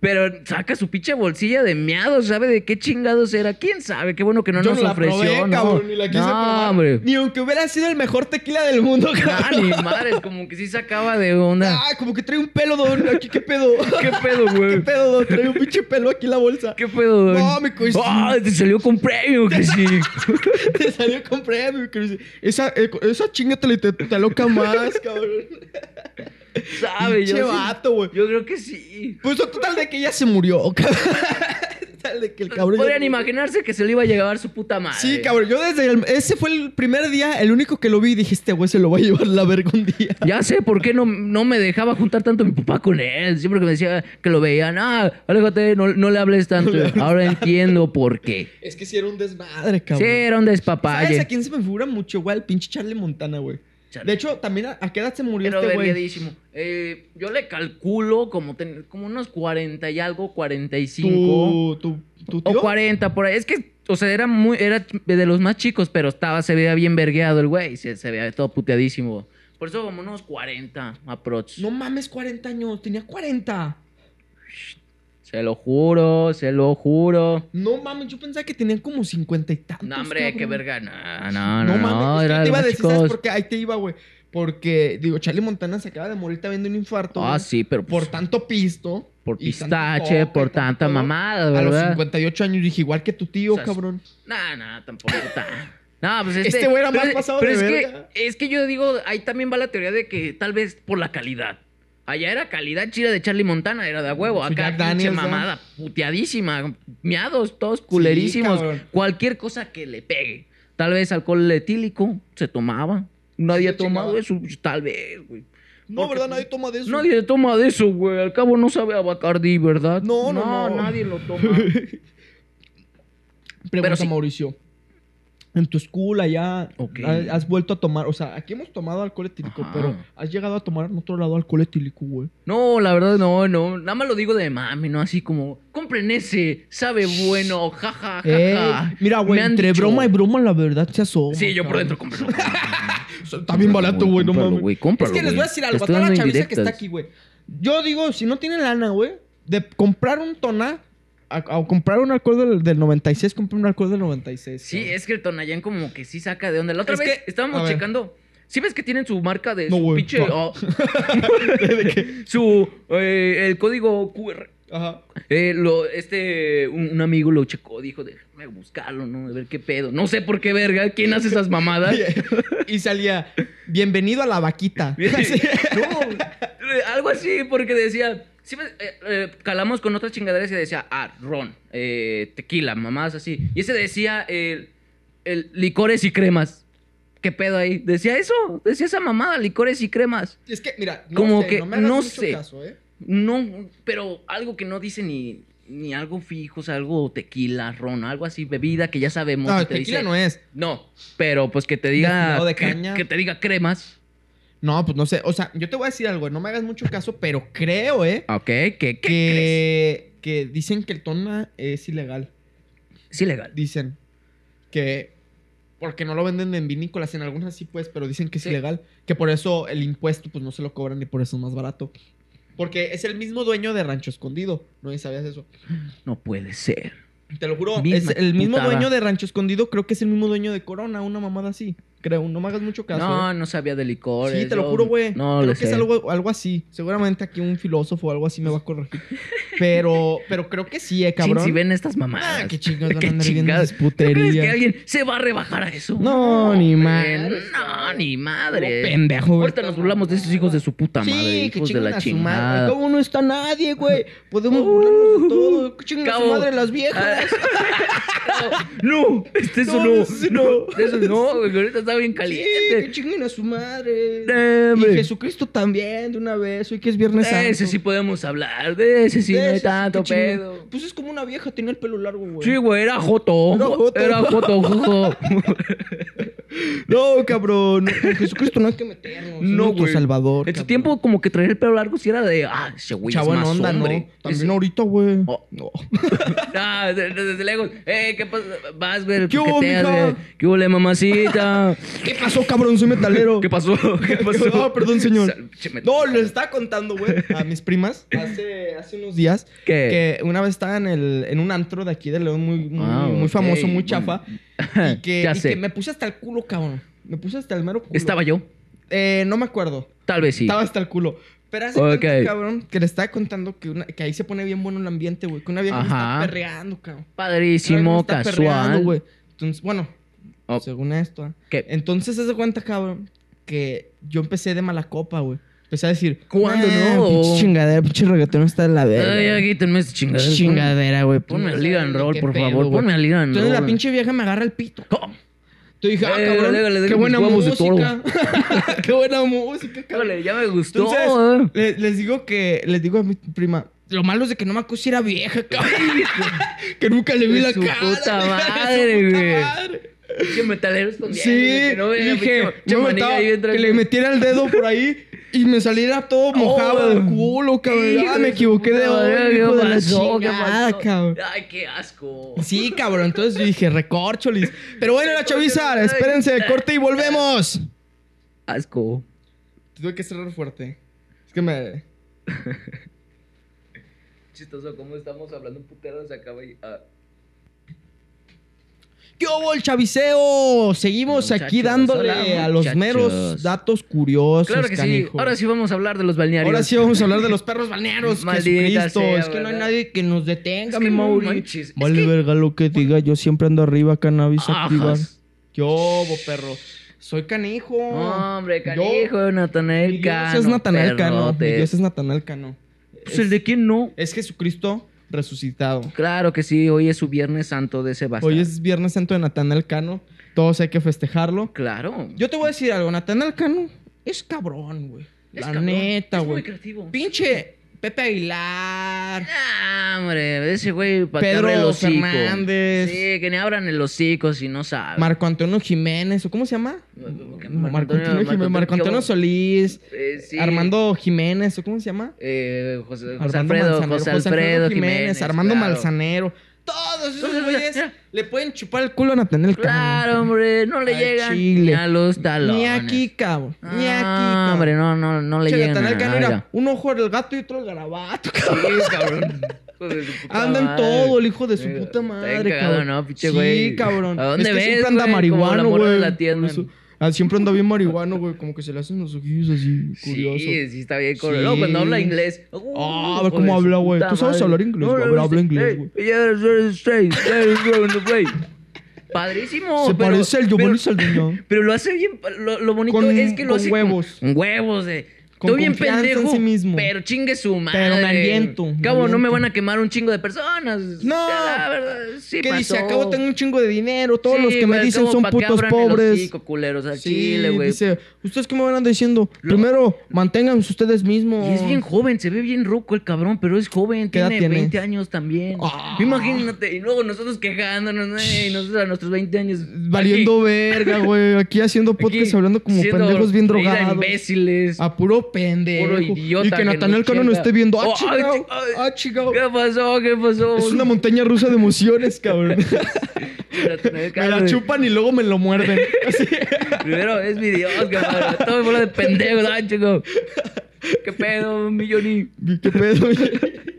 Speaker 1: pero saca su pinche bolsilla de miados, ¿sabe de qué chingados era? ¿Quién sabe? Qué bueno que no
Speaker 2: Yo
Speaker 1: nos
Speaker 2: no la
Speaker 1: ofreció,
Speaker 2: probé,
Speaker 1: ¿no?
Speaker 2: cabrón, ni la quise
Speaker 1: no,
Speaker 2: probar.
Speaker 1: hombre.
Speaker 2: Ni aunque hubiera sido el mejor tequila del mundo,
Speaker 1: Ah,
Speaker 2: cabrón.
Speaker 1: ni madres, como que sí sacaba de onda.
Speaker 2: Ah, como que trae un pelo, don. Aquí, ¿qué pedo?
Speaker 1: ¿Qué pedo,
Speaker 2: ¿Qué
Speaker 1: güey?
Speaker 2: pedo, don? Trae un pinche pelo aquí en la bolsa.
Speaker 1: ¿Qué pedo?
Speaker 2: No, me coincidí.
Speaker 1: Ah, te salió con premio, que sí.
Speaker 2: Te salió con premio, que dice, Esa, eh, esa chinga te, te, te aloca más, cabrón.
Speaker 1: ¿Sabe? Yo,
Speaker 2: Pinche
Speaker 1: sí-
Speaker 2: vato, güey.
Speaker 1: yo creo que sí.
Speaker 2: Pues total de que ya se murió, cabrón. Total de que el cabrón. ya-
Speaker 1: Podrían imaginarse que se le iba a llevar su puta madre.
Speaker 2: Sí, cabrón. Yo desde el- ese fue el primer día, el único que lo vi y dije, este güey se lo va a llevar la verga un día.
Speaker 1: Ya sé por qué no, no me dejaba juntar tanto mi papá con él. Siempre que me decía que lo veían, ah, aléjate, no, no le hables tanto. Ahora entiendo por qué.
Speaker 2: Es que sí era un desmadre,
Speaker 1: Sí,
Speaker 2: cabrón.
Speaker 1: era un
Speaker 2: ¿Sabes a
Speaker 1: despapalle.
Speaker 2: quién se me figura mucho, güey? Al pinche Charlie Montana, güey.
Speaker 1: Charlie.
Speaker 2: De hecho, también a, a qué edad se murió
Speaker 1: Pero
Speaker 2: este güey.
Speaker 1: verguedísimo. Eh, yo le calculo como, ten- como unos 40 y algo, 45.
Speaker 2: ¿Tu, tu, tu tío?
Speaker 1: O 40, por ahí. Es que, o sea, era muy, era de los más chicos, pero estaba, se veía bien vergueado el güey. Se, se veía todo puteadísimo. Por eso como unos 40 aprox.
Speaker 2: No mames, 40 años. Tenía 40.
Speaker 1: Se lo juro, se lo juro.
Speaker 2: No mames, yo pensaba que tenían como 50 y tantos.
Speaker 1: No, hombre,
Speaker 2: cabrón.
Speaker 1: qué verga. No, no,
Speaker 2: No,
Speaker 1: no.
Speaker 2: mames, es que
Speaker 1: era
Speaker 2: te
Speaker 1: de
Speaker 2: iba a
Speaker 1: los
Speaker 2: decir, ¿sabes
Speaker 1: chicos.
Speaker 2: por qué? Ahí te iba, güey. Porque, digo, Charlie Montana se acaba de morir también de un infarto.
Speaker 1: Ah,
Speaker 2: güey,
Speaker 1: sí, pero
Speaker 2: Por
Speaker 1: pues,
Speaker 2: tanto pisto.
Speaker 1: por
Speaker 2: y tanto
Speaker 1: pistache,
Speaker 2: coca
Speaker 1: por
Speaker 2: y tanto
Speaker 1: tanta
Speaker 2: todo.
Speaker 1: mamada,
Speaker 2: A los
Speaker 1: ¿verdad?
Speaker 2: 58 años dije, igual que tu tío,
Speaker 1: O sea,
Speaker 2: cabrón.
Speaker 1: No, no, tampoco. ta- No, pues este,
Speaker 2: Este güey era más
Speaker 1: pero-
Speaker 2: pasado
Speaker 1: pero
Speaker 2: de
Speaker 1: es
Speaker 2: verga.
Speaker 1: Que, es que yo digo, ahí también va la teoría de que tal vez por la calidad. Allá era calidad chida de Charlie Montana, era de a huevo.
Speaker 2: Su
Speaker 1: Acá
Speaker 2: Jack
Speaker 1: pinche
Speaker 2: Daniels, ¿no?
Speaker 1: mamada, puteadísima, miados, todos culerísimos.
Speaker 2: cabrón.
Speaker 1: cualquier cosa que le pegue. Tal vez alcohol etílico se tomaba. Nadie
Speaker 2: Sí,
Speaker 1: ha tomado
Speaker 2: chingaba.
Speaker 1: eso, tal vez, güey.
Speaker 2: No,
Speaker 1: porque-
Speaker 2: ¿verdad? Nadie toma de eso.
Speaker 1: Nadie toma de eso, güey. Al cabo no sabe a Bacardi, ¿verdad?
Speaker 2: No, no, no.
Speaker 1: nadie lo toma.
Speaker 2: Pregunta
Speaker 1: Pero sí.
Speaker 2: Mauricio. En tu escuela ya
Speaker 1: Ok.
Speaker 2: has, has vuelto a tomar, o sea, aquí hemos tomado alcohol etílico,
Speaker 1: Ajá.
Speaker 2: pero has llegado a tomar en otro lado alcohol etílico, güey.
Speaker 1: No, la verdad no, no. Nada más lo digo de mami, ¿no? Así como, compren ese, sabe bueno, jaja, jaja.
Speaker 2: Ey, Eh, mira, güey,
Speaker 1: Me han
Speaker 2: entre
Speaker 1: dicho-
Speaker 2: broma y broma, la verdad se asoma.
Speaker 1: Sí, yo por
Speaker 2: cabrón.
Speaker 1: dentro compro.
Speaker 2: Está bien barato, güey, no mames.
Speaker 1: cómpralo,
Speaker 2: es que les voy
Speaker 1: güey.
Speaker 2: a decir
Speaker 1: Te
Speaker 2: algo a
Speaker 1: estoy
Speaker 2: toda la
Speaker 1: dando
Speaker 2: chaviza que
Speaker 1: indirectas.
Speaker 2: está aquí, güey. Yo digo, si no tienen lana, güey, de comprar un toná a, a comprar un alcohol del, del 96, compré un alcohol del 96.
Speaker 1: Sí,
Speaker 2: cabrón.
Speaker 1: es que el Tonayán como que sí saca de onda. La otra
Speaker 2: Es
Speaker 1: vez
Speaker 2: que- a
Speaker 1: estábamos
Speaker 2: ver.
Speaker 1: checando. ¿Sí ves que tienen su marca de
Speaker 2: No,
Speaker 1: su
Speaker 2: güey,
Speaker 1: pinche.
Speaker 2: no.
Speaker 1: oh, su. eh, el código QR.
Speaker 2: Ajá.
Speaker 1: Eh, lo, este. Un, un amigo lo checó, dijo, déjame buscarlo, ¿no? A ver qué pedo. No sé por qué verga. ¿Quién hace esas mamadas?
Speaker 2: Y salía, bienvenido a la vaquita. Sí.
Speaker 1: No, eh, algo así, porque decía. sí, pues, eh, eh, calamos con otras chingaderas y decía, ah, ron, eh, tequila, mamás así. Y ese decía, el, el licores y cremas. ¿Qué pedo ahí? Decía eso, decía esa mamada, licores y cremas.
Speaker 2: Es que, mira, no
Speaker 1: Como
Speaker 2: sé,
Speaker 1: que
Speaker 2: no me hagas
Speaker 1: no
Speaker 2: mucho
Speaker 1: sé.
Speaker 2: caso, ¿eh?
Speaker 1: No, pero algo que no dice ni, ni algo fijo, o sea, algo tequila, ron, algo así, bebida que ya sabemos.
Speaker 2: No,
Speaker 1: y te
Speaker 2: tequila
Speaker 1: dice-
Speaker 2: no es.
Speaker 1: No, pero pues que te diga.
Speaker 2: Destilado de
Speaker 1: que-
Speaker 2: caña.
Speaker 1: que te diga cremas.
Speaker 2: No, pues no sé. O sea, yo te voy a decir algo, no me hagas mucho caso, pero creo, ¿eh?
Speaker 1: Ok, ¿qué, qué crees?
Speaker 2: que, que dicen que el tona es ilegal.
Speaker 1: Es ilegal.
Speaker 2: Dicen que. Porque no lo venden en vinícolas, en algunas sí, pues, pero dicen que es
Speaker 1: Sí.
Speaker 2: ilegal. Que por eso el impuesto, pues no se lo cobran y por eso es más barato. Porque es el mismo dueño de Rancho Escondido. No sé si sabías eso.
Speaker 1: No puede ser.
Speaker 2: Te lo juro,
Speaker 1: Misma
Speaker 2: es el mismo
Speaker 1: putada.
Speaker 2: dueño de Rancho Escondido. Creo que es el mismo dueño de Corona, una mamada así. Creo, no me hagas mucho caso. ¿eh?
Speaker 1: No, no sabía de licores.
Speaker 2: Sí, te lo
Speaker 1: yo-
Speaker 2: juro, güey.
Speaker 1: No,
Speaker 2: creo
Speaker 1: lo
Speaker 2: que
Speaker 1: sé.
Speaker 2: es algo, algo así. Seguramente aquí un filósofo o algo así me va a corregir. Pero, pero creo que sí, eh,
Speaker 1: Chin,
Speaker 2: cabrón.
Speaker 1: si ven estas mamadas.
Speaker 2: Ah, qué chingados van
Speaker 1: Qué
Speaker 2: a andar viendo
Speaker 1: chingados.
Speaker 2: esas
Speaker 1: ¿Tú crees que
Speaker 2: puterías.
Speaker 1: alguien se va a rebajar a eso?
Speaker 2: No, ni
Speaker 1: hombre,
Speaker 2: madre.
Speaker 1: No, ni
Speaker 2: Puro
Speaker 1: madre.
Speaker 2: Pendejo, güey.
Speaker 1: Ahorita nos burlamos de esos hijos de su puta madre.
Speaker 2: Sí, que
Speaker 1: hijos de
Speaker 2: chingan
Speaker 1: la
Speaker 2: a su madre.
Speaker 1: chingada. Uh,
Speaker 2: ¿Cómo no está nadie, güey? Podemos burlarnos de todo. Que chingan a su
Speaker 1: Cabo.
Speaker 2: madre las
Speaker 1: Ah,
Speaker 2: viejas.
Speaker 1: no, este eso
Speaker 2: No,
Speaker 1: no.
Speaker 2: de ese no.
Speaker 1: de eso no, güey. Ahorita está bien
Speaker 2: Sí,
Speaker 1: caliente.
Speaker 2: que chingan a su madre.
Speaker 1: Eh,
Speaker 2: Y
Speaker 1: hombre.
Speaker 2: Jesucristo también, de una vez. Hoy que es Viernes
Speaker 1: De
Speaker 2: Santo.
Speaker 1: ese sí podemos hablar. De ese sí no
Speaker 2: Ese
Speaker 1: hay
Speaker 2: sí,
Speaker 1: tanto
Speaker 2: que chingan.
Speaker 1: pedo.
Speaker 2: Pues es como una vieja, tenía el pelo largo, güey.
Speaker 1: Sí, güey, era Joto.
Speaker 2: Era joto.
Speaker 1: Era Joto, Joto.
Speaker 2: No, cabrón. no, con Jesucristo no hay que meternos. es
Speaker 1: No,
Speaker 2: nuestro
Speaker 1: güey.
Speaker 2: Salvador.
Speaker 1: En su
Speaker 2: cabrón.
Speaker 1: tiempo, como que traer el pelo largo si era de. Ah, ese güey es
Speaker 2: Chavo en
Speaker 1: más
Speaker 2: onda,
Speaker 1: hombre.
Speaker 2: ¿no? También
Speaker 1: Ese-
Speaker 2: ahorita, güey.
Speaker 1: Oh.
Speaker 2: No.
Speaker 1: Ah, de- de- desde lejos. Eh, ¿qué pasa? Vas, güey.
Speaker 2: ¿Qué hubo,
Speaker 1: coqueteas,
Speaker 2: mija?
Speaker 1: güey. ¿Qué hubo, le mamacita?
Speaker 2: ¿Qué pasó, cabrón? Soy metalero.
Speaker 1: ¿Qué pasó? ¿Qué pasó?
Speaker 2: Ah, perdón, señor.
Speaker 1: Pues, Sal- che, me-
Speaker 2: No, les estaba contando, güey, a mis primas hace, hace unos días
Speaker 1: ¿Qué?
Speaker 2: que una vez estaba en, el, en un antro de aquí de León muy, muy,
Speaker 1: Ah,
Speaker 2: muy
Speaker 1: ok,
Speaker 2: famoso, muy
Speaker 1: bueno.
Speaker 2: chafa. Y, que,
Speaker 1: ya
Speaker 2: y
Speaker 1: sé.
Speaker 2: que me puse hasta el culo, cabrón. Me puse hasta el mero culo.
Speaker 1: ¿Estaba yo?
Speaker 2: Eh, no me acuerdo.
Speaker 1: Tal vez sí.
Speaker 2: Estaba hasta el culo. Pero hace
Speaker 1: Ok.
Speaker 2: cuenta, cabrón, que le estaba contando que, una- que ahí se pone bien bueno el ambiente, güey. Que una vieja me está
Speaker 1: Ajá.
Speaker 2: perreando, cabrón. Una vieja me
Speaker 1: Padrísimo,
Speaker 2: está perreando,
Speaker 1: casual.
Speaker 2: güey. Entonces, bueno,
Speaker 1: Oh.
Speaker 2: según esto. ah.
Speaker 1: ¿Qué?
Speaker 2: Entonces, se da cuenta, cabrón, que yo empecé de mala copa, güey. Empecé a decir,
Speaker 1: ¿Cuándo
Speaker 2: "Nah,
Speaker 1: no?"
Speaker 2: Pinche chingadera, pinche reggaetón está de la verga.
Speaker 1: Ay,
Speaker 2: güey.
Speaker 1: aquí tenme esa
Speaker 2: Pinche
Speaker 1: chingadera.
Speaker 2: chingadera, güey.
Speaker 1: Ponme
Speaker 2: No
Speaker 1: al Liga and
Speaker 2: saben
Speaker 1: Roll,
Speaker 2: qué
Speaker 1: por
Speaker 2: pedo,
Speaker 1: favor.
Speaker 2: güey.
Speaker 1: Ponme al Liga and Roll.
Speaker 2: Entonces, la pinche vieja me agarra el pito.
Speaker 1: Oh,
Speaker 2: Yo dije, ah,
Speaker 1: Eh,
Speaker 2: cabrón,
Speaker 1: dégale, dégale
Speaker 2: qué
Speaker 1: mis
Speaker 2: buena
Speaker 1: huevos de
Speaker 2: música. qué buena música, cabrón.
Speaker 1: órale, ya me gustó.
Speaker 2: Entonces,
Speaker 1: eh.
Speaker 2: le- les digo que, les digo a mi prima, lo malo es de que no me acuerdo si era vieja, cabrón. que nunca le vi
Speaker 1: De
Speaker 2: la
Speaker 1: su
Speaker 2: cara.
Speaker 1: puta
Speaker 2: de su
Speaker 1: madre,
Speaker 2: puta
Speaker 1: güey.
Speaker 2: madre.
Speaker 1: Pinche metalero escondido,
Speaker 2: Sí,
Speaker 1: que no vea,
Speaker 2: dije,
Speaker 1: pinche- pinche
Speaker 2: yo me
Speaker 1: manilla
Speaker 2: estaba-
Speaker 1: ahí
Speaker 2: que
Speaker 1: entre-
Speaker 2: le metiera el dedo por ahí y me saliera
Speaker 1: Oh,
Speaker 2: todo mojado del culo, cabrón.
Speaker 1: Hijo
Speaker 2: Ah, me
Speaker 1: de su
Speaker 2: equivoqué de
Speaker 1: puta madre,
Speaker 2: hoy,
Speaker 1: ¿qué
Speaker 2: hijo de la
Speaker 1: pasó? ¿Qué
Speaker 2: chingada,
Speaker 1: pasó?
Speaker 2: cabrón.
Speaker 1: Ay, qué asco.
Speaker 2: Sí, cabrón, entonces yo dije, recorcholis. Pero bueno, la chavizar, espérense, corte y volvemos.
Speaker 1: Asco.
Speaker 2: Tuve que cerrar fuerte. Es que me...
Speaker 1: Chistoso, ¿cómo estamos hablando un putero? Se acaba y. ah.
Speaker 2: ¿Qué hubo el chaviceo? Seguimos
Speaker 1: Muchachos,
Speaker 2: aquí dándole
Speaker 1: hola,
Speaker 2: a los
Speaker 1: muchachos.
Speaker 2: meros datos curiosos,
Speaker 1: Claro que sí.
Speaker 2: canijo.
Speaker 1: Ahora sí vamos a hablar de los balnearios.
Speaker 2: Ahora sí vamos a hablar de los perros balnearos,
Speaker 1: Maldita
Speaker 2: Jesucristo.
Speaker 1: sea,
Speaker 2: es que no hay
Speaker 1: ¿verdad?
Speaker 2: nadie que nos detenga,
Speaker 1: Es que
Speaker 2: mi
Speaker 1: no
Speaker 2: Mauri.
Speaker 1: manches, es
Speaker 2: Vale
Speaker 1: que-
Speaker 2: verga lo que diga, yo siempre ando arriba, cannabis activa.
Speaker 1: Ajas.
Speaker 2: Yo, bo, perro. Soy canijo.
Speaker 1: Hombre,
Speaker 2: Yo-
Speaker 1: canijo, Natanael Cano.
Speaker 2: Dios es Natanael Cano. Mi
Speaker 1: perrote.
Speaker 2: Dios es Natanael Cano.
Speaker 1: Pues el de quién no.
Speaker 2: Es Jesucristo resucitado.
Speaker 1: Claro que sí, hoy es su Viernes Santo de Sebastián.
Speaker 2: Hoy es Viernes Santo de Natanael Cano. Todos hay que festejarlo.
Speaker 1: Claro.
Speaker 2: Yo te voy a decir algo. Natanael Cano es cabrón, güey.
Speaker 1: Es
Speaker 2: La
Speaker 1: cabrón,
Speaker 2: neta,
Speaker 1: es muy
Speaker 2: güey.
Speaker 1: creativo.
Speaker 2: Pinche Pepe Aguilar.
Speaker 1: Ah, hombre, ese güey para
Speaker 2: Pedro
Speaker 1: el hocico.
Speaker 2: Fernández.
Speaker 1: Sí, que ni abran el hocico si no saben.
Speaker 2: Marco Antonio Jiménez. ¿O cómo se llama?
Speaker 1: Marco
Speaker 2: No, Marco
Speaker 1: Antonio-
Speaker 2: Antonio
Speaker 1: Marco
Speaker 2: Jiménez.
Speaker 1: Antonio-
Speaker 2: Marco Antonio Solís.
Speaker 1: Eh, sí.
Speaker 2: Armando Jiménez. ¿O cómo se llama?
Speaker 1: Eh, José, José
Speaker 2: Armando
Speaker 1: Alfredo,
Speaker 2: Manzanero,
Speaker 1: José Alfredo Jiménez.
Speaker 2: Armando
Speaker 1: claro.
Speaker 2: Manzanero. Todos esos
Speaker 1: Entonces,
Speaker 2: güeyes
Speaker 1: mira.
Speaker 2: le pueden chupar el culo a Natanael Cano.
Speaker 1: Claro, hombre, no le
Speaker 2: Al
Speaker 1: llegan ni
Speaker 2: chile.
Speaker 1: a los talones.
Speaker 2: Ni aquí, cabrón. Ni aquí,
Speaker 1: Ah,
Speaker 2: cabrón.
Speaker 1: hombre, no, no, no le
Speaker 2: Che,
Speaker 1: llegan a
Speaker 2: Natanael Cano era
Speaker 1: nada.
Speaker 2: un ojo del gato y otro del garabato, cabrón.
Speaker 1: cabrón. hijo de su puta
Speaker 2: Anda en
Speaker 1: madre.
Speaker 2: todo el hijo de su
Speaker 1: Venga,
Speaker 2: puta
Speaker 1: está bien
Speaker 2: madre,
Speaker 1: cagado,
Speaker 2: cabrón.
Speaker 1: ¿no, pinche
Speaker 2: sí,
Speaker 1: güey?
Speaker 2: cabrón.
Speaker 1: ¿A dónde
Speaker 2: es que
Speaker 1: ves,
Speaker 2: siempre anda
Speaker 1: güey? Como la
Speaker 2: marihuano,
Speaker 1: morra de
Speaker 2: güey.
Speaker 1: la tienda,
Speaker 2: Por eso-
Speaker 1: ¿no?
Speaker 2: ah, siempre anda bien marihuano, güey. Como que se le hacen los ojillos así, curioso.
Speaker 1: Sí, sí, está bien. Con...
Speaker 2: Sí.
Speaker 1: No, cuando habla inglés. uh,
Speaker 2: Ah, a
Speaker 1: hijo
Speaker 2: ver
Speaker 1: de
Speaker 2: cómo
Speaker 1: su
Speaker 2: habla, güey.
Speaker 1: puta
Speaker 2: Tú sabes
Speaker 1: madre.
Speaker 2: hablar inglés, güey. A ver, habla inglés, güey.
Speaker 1: Hey, yeah, sorry, sorry, sorry, sorry, güey. Padrísimo.
Speaker 2: se
Speaker 1: pero-
Speaker 2: parece al
Speaker 1: pero-
Speaker 2: Giovanni Salduñón.
Speaker 1: Pero lo hace bien. Lo, lo bonito
Speaker 2: Con-
Speaker 1: es que lo
Speaker 2: con
Speaker 1: hace. con-
Speaker 2: huevos.
Speaker 1: Con huevos, de.
Speaker 2: Con
Speaker 1: Estoy bien
Speaker 2: confianza en
Speaker 1: pendejo.
Speaker 2: sí mismo.
Speaker 1: Pero chingue su madre.
Speaker 2: me aliento, me
Speaker 1: Cabo, no me
Speaker 2: aliento.
Speaker 1: van a quemar un chingo de personas.
Speaker 2: No.
Speaker 1: La verdad, sí
Speaker 2: ¿Qué
Speaker 1: pasó.
Speaker 2: dice? Acabo tengo un chingo de dinero. Todos
Speaker 1: Sí,
Speaker 2: los que
Speaker 1: güey,
Speaker 2: me dicen
Speaker 1: acabo
Speaker 2: son
Speaker 1: pa' que
Speaker 2: putos
Speaker 1: abran el
Speaker 2: pobres.
Speaker 1: hocico, culeros, al
Speaker 2: Sí,
Speaker 1: chile, güey.
Speaker 2: dice, ¿ustedes qué me van diciendo? Primero, manténganse ustedes mismos.
Speaker 1: Y es bien joven, se ve bien roco el cabrón, pero es joven,
Speaker 2: ¿Qué edad
Speaker 1: tiene
Speaker 2: tiene?
Speaker 1: 20 años también.
Speaker 2: Ah.
Speaker 1: Imagínate, y luego nosotros quejándonos, eh, y nosotros a nuestros 20 años.
Speaker 2: Valiendo verga, güey. Aquí haciendo
Speaker 1: aquí,
Speaker 2: podcast, hablando como
Speaker 1: siendo
Speaker 2: pendejos bien
Speaker 1: reída
Speaker 2: drogados. Ah,
Speaker 1: imbéciles.
Speaker 2: A puro pendejo.
Speaker 1: Puro idiota
Speaker 2: y que
Speaker 1: que
Speaker 2: Natanael
Speaker 1: nos
Speaker 2: Cano no
Speaker 1: chinga.
Speaker 2: esté viendo. ¡Ah,
Speaker 1: Oh, ay,
Speaker 2: chingao!
Speaker 1: chi- ay.
Speaker 2: ¡Ah, chingao!
Speaker 1: ¿Qué pasó? ¿Qué pasó?
Speaker 2: Es una montaña rusa de emociones, cabrón. me la chupan y luego me lo muerden. Así.
Speaker 1: Primero es mi Dios, cabrón. Todo me bola de pendejo, ah, chico. ¿Qué pedo, un millón y-
Speaker 2: ¿Qué pedo?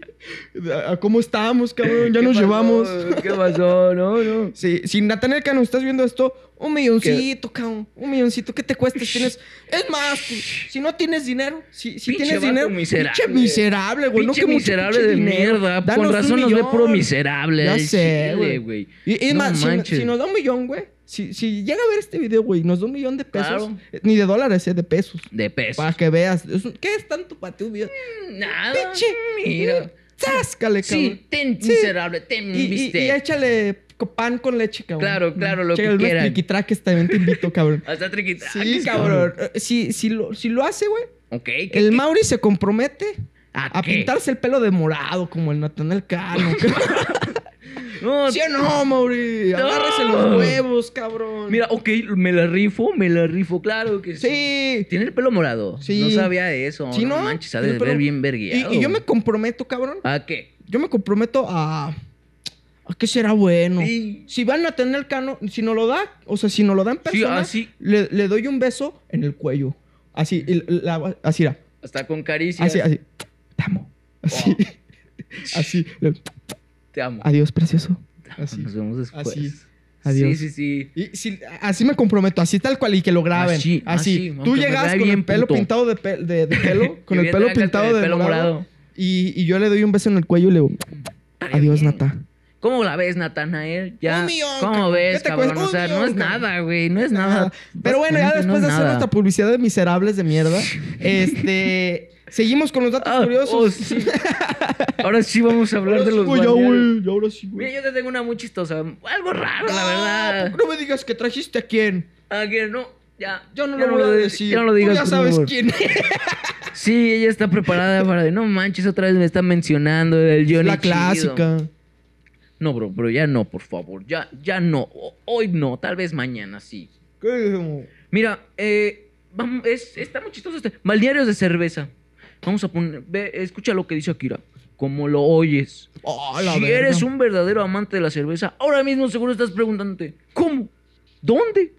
Speaker 2: ¿A cómo estamos, cabrón? Ya
Speaker 1: ¿Qué
Speaker 2: nos
Speaker 1: pasó?
Speaker 2: llevamos.
Speaker 1: ¿Qué pasó? No, no.
Speaker 2: Sí, si Natanael Cano estás viendo esto, un milloncito, cabrón. Un milloncito, ¿qué te cuesta? Si Tienes... Es más, si- si no tienes dinero, si, si
Speaker 1: Pinche
Speaker 2: tienes
Speaker 1: vato
Speaker 2: dinero.
Speaker 1: miserable.
Speaker 2: Pinche miserable, güey.
Speaker 1: pinche
Speaker 2: no, que mucho
Speaker 1: miserable
Speaker 2: pinche
Speaker 1: de
Speaker 2: dinero.
Speaker 1: mierda.
Speaker 2: Danos
Speaker 1: Con
Speaker 2: un
Speaker 1: razón nos ve
Speaker 2: millón.
Speaker 1: puro miserable.
Speaker 2: Ya
Speaker 1: al
Speaker 2: sé,
Speaker 1: chile,
Speaker 2: güey. Y es
Speaker 1: No
Speaker 2: más, si- si,
Speaker 1: manches.
Speaker 2: nos da un millón, güey. Si, si llega a ver este video, güey, nos da un millón de pesos.
Speaker 1: Claro.
Speaker 2: eh, Ni de dólares, eh, de pesos.
Speaker 1: De peso.
Speaker 2: Para que veas. Es un- ¿Qué es tanto para ti un video?
Speaker 1: Nada.
Speaker 2: Pinche.
Speaker 1: Ah, Mira.
Speaker 2: Záscale, cabrón.
Speaker 1: Sí, ten
Speaker 2: Sí.
Speaker 1: miserable, ten
Speaker 2: Y, y-
Speaker 1: viste.
Speaker 2: y échale co- pan con leche, cabrón.
Speaker 1: Claro, claro, lo
Speaker 2: Che,
Speaker 1: que
Speaker 2: unos
Speaker 1: quieran.
Speaker 2: triquitraques también te invito, cabrón.
Speaker 1: Hasta Ah, triquita.
Speaker 2: Sí, cabrón. Eh, Si, si, lo, si lo hace, güey,
Speaker 1: Ok, ¿qué-
Speaker 2: el Mauri se compromete
Speaker 1: ¿A,
Speaker 2: a
Speaker 1: qué?
Speaker 2: pintarse el pelo de morado como el Natanael Cano.
Speaker 1: No,
Speaker 2: ¿Sí o no, Mauri?
Speaker 1: No.
Speaker 2: Agárrese los huevos, cabrón.
Speaker 1: mira, ok, me la rifo, me la rifo, claro que sí.
Speaker 2: Sí.
Speaker 1: Tiene el pelo morado.
Speaker 2: Sí.
Speaker 1: No sabía de eso.
Speaker 2: Sí,
Speaker 1: no,
Speaker 2: ¿no?
Speaker 1: manches, ha
Speaker 2: Tiene
Speaker 1: de
Speaker 2: el pelo-
Speaker 1: ver bien
Speaker 2: Y,
Speaker 1: vergueado.
Speaker 2: y yo me comprometo, cabrón.
Speaker 1: ¿A qué?
Speaker 2: Yo me comprometo a... ¿A qué será bueno?
Speaker 1: Sí.
Speaker 2: Si van a tener el cano, si no lo da, o sea, si no lo dan
Speaker 1: Sí,
Speaker 2: persona,
Speaker 1: así.
Speaker 2: Le, le doy un beso en el cuello. Así, y la- así era.
Speaker 1: Hasta con caricias.
Speaker 2: Así, así. Te amo. Así. Así. Le-
Speaker 1: Te amo.
Speaker 2: Adiós, precioso. Así.
Speaker 1: Nos vemos después.
Speaker 2: Así.
Speaker 1: Sí,
Speaker 2: Adiós.
Speaker 1: sí, sí.
Speaker 2: Y si- así me comprometo, así tal cual y que lo graben. Así.
Speaker 1: Así, así,
Speaker 2: Tú
Speaker 1: aunque me
Speaker 2: llegas
Speaker 1: vea
Speaker 2: con
Speaker 1: bien
Speaker 2: el pelo
Speaker 1: puto.
Speaker 2: pintado de, pe- de- de pelo, con
Speaker 1: Y
Speaker 2: el
Speaker 1: bien
Speaker 2: pelo
Speaker 1: trancas con
Speaker 2: pintado
Speaker 1: el
Speaker 2: de
Speaker 1: pelo
Speaker 2: morado.
Speaker 1: morado.
Speaker 2: Y, y yo le doy un beso en el cuello y le digo, adiós,
Speaker 1: bien.
Speaker 2: Nata.
Speaker 1: ¿Cómo la ves, Natanael? Ya.
Speaker 2: Un millón,
Speaker 1: ¿Cómo
Speaker 2: cabrón.
Speaker 1: ves,
Speaker 2: ¿Qué te
Speaker 1: cabrón?
Speaker 2: cuesta?
Speaker 1: O sea,
Speaker 2: Un
Speaker 1: no es
Speaker 2: millón, cabrón.
Speaker 1: nada, güey. No es nada.
Speaker 2: Pero bueno, ya
Speaker 1: Básicamente no
Speaker 2: después
Speaker 1: es
Speaker 2: de hacer
Speaker 1: nada.
Speaker 2: nuestra publicidad de miserables de mierda, este. Seguimos con los datos
Speaker 1: Ah,
Speaker 2: curiosos.
Speaker 1: oh, sí. Ahora sí vamos a hablar
Speaker 2: Ahora
Speaker 1: de
Speaker 2: sí,
Speaker 1: los
Speaker 2: güey, ya,
Speaker 1: balnearios.
Speaker 2: güey, ya, ahora sí, güey.
Speaker 1: Mira, yo te tengo una muy chistosa. Algo raro,
Speaker 2: No,
Speaker 1: la verdad.
Speaker 2: No me digas que trajiste a quién.
Speaker 1: Ah, que no. Ya.
Speaker 2: Yo no
Speaker 1: ya
Speaker 2: lo voy a
Speaker 1: de-
Speaker 2: decir.
Speaker 1: Ya no lo
Speaker 2: Tú
Speaker 1: digas,
Speaker 2: ya
Speaker 1: por
Speaker 2: sabes
Speaker 1: favor.
Speaker 2: quién es.
Speaker 1: Sí, ella está preparada para de no manches, otra vez me está mencionando el Johnny
Speaker 2: La
Speaker 1: Chido".
Speaker 2: clásica.
Speaker 1: No, bro, pero ya no, por favor. Ya, ya no. O- hoy no, tal vez mañana sí.
Speaker 2: ¿Qué?
Speaker 1: Mira, eh, vamos, es, está muy chistoso este. Balnearios de cerveza. Vamos a poner. Ve, escucha lo que dice Akira. Como lo oyes.
Speaker 2: Ah, la
Speaker 1: Si
Speaker 2: verga.
Speaker 1: eres un verdadero amante de la cerveza, ahora mismo seguro estás preguntándote: ¿Cómo? ¿Dónde?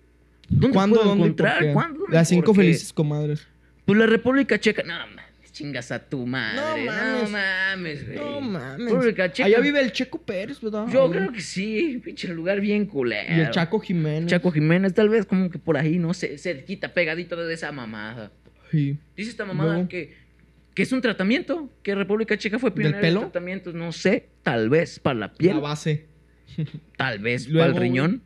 Speaker 1: ¿Dónde
Speaker 2: ¿Cuándo,
Speaker 1: puedo
Speaker 2: dónde y por
Speaker 1: encontrar?
Speaker 2: qué?
Speaker 1: ¿Cuándo? ¿Dónde?
Speaker 2: Las cinco
Speaker 1: ¿Por qué?
Speaker 2: felices comadres.
Speaker 1: Pues la República Checa. No mames, chingas a tu madre.
Speaker 2: No
Speaker 1: No
Speaker 2: mames.
Speaker 1: mames, güey.
Speaker 2: No mames.
Speaker 1: República Checa.
Speaker 2: Allá vive el Checo Pérez, ¿verdad?
Speaker 1: Yo
Speaker 2: Ahí.
Speaker 1: creo que sí, pinche lugar bien culero.
Speaker 2: Y el Chaco Jiménez.
Speaker 1: Chaco Jiménez, tal vez como que por ahí, no sé, cerquita, pegadito de esa mamada.
Speaker 2: Sí.
Speaker 1: Dice esta mamada
Speaker 2: Luego.
Speaker 1: que, que es un tratamiento, que República Checa fue pionera
Speaker 2: pelo?
Speaker 1: en tratamientos, no sé, tal vez para la piel,
Speaker 2: La base.
Speaker 1: tal vez
Speaker 2: Luego,
Speaker 1: para el riñón.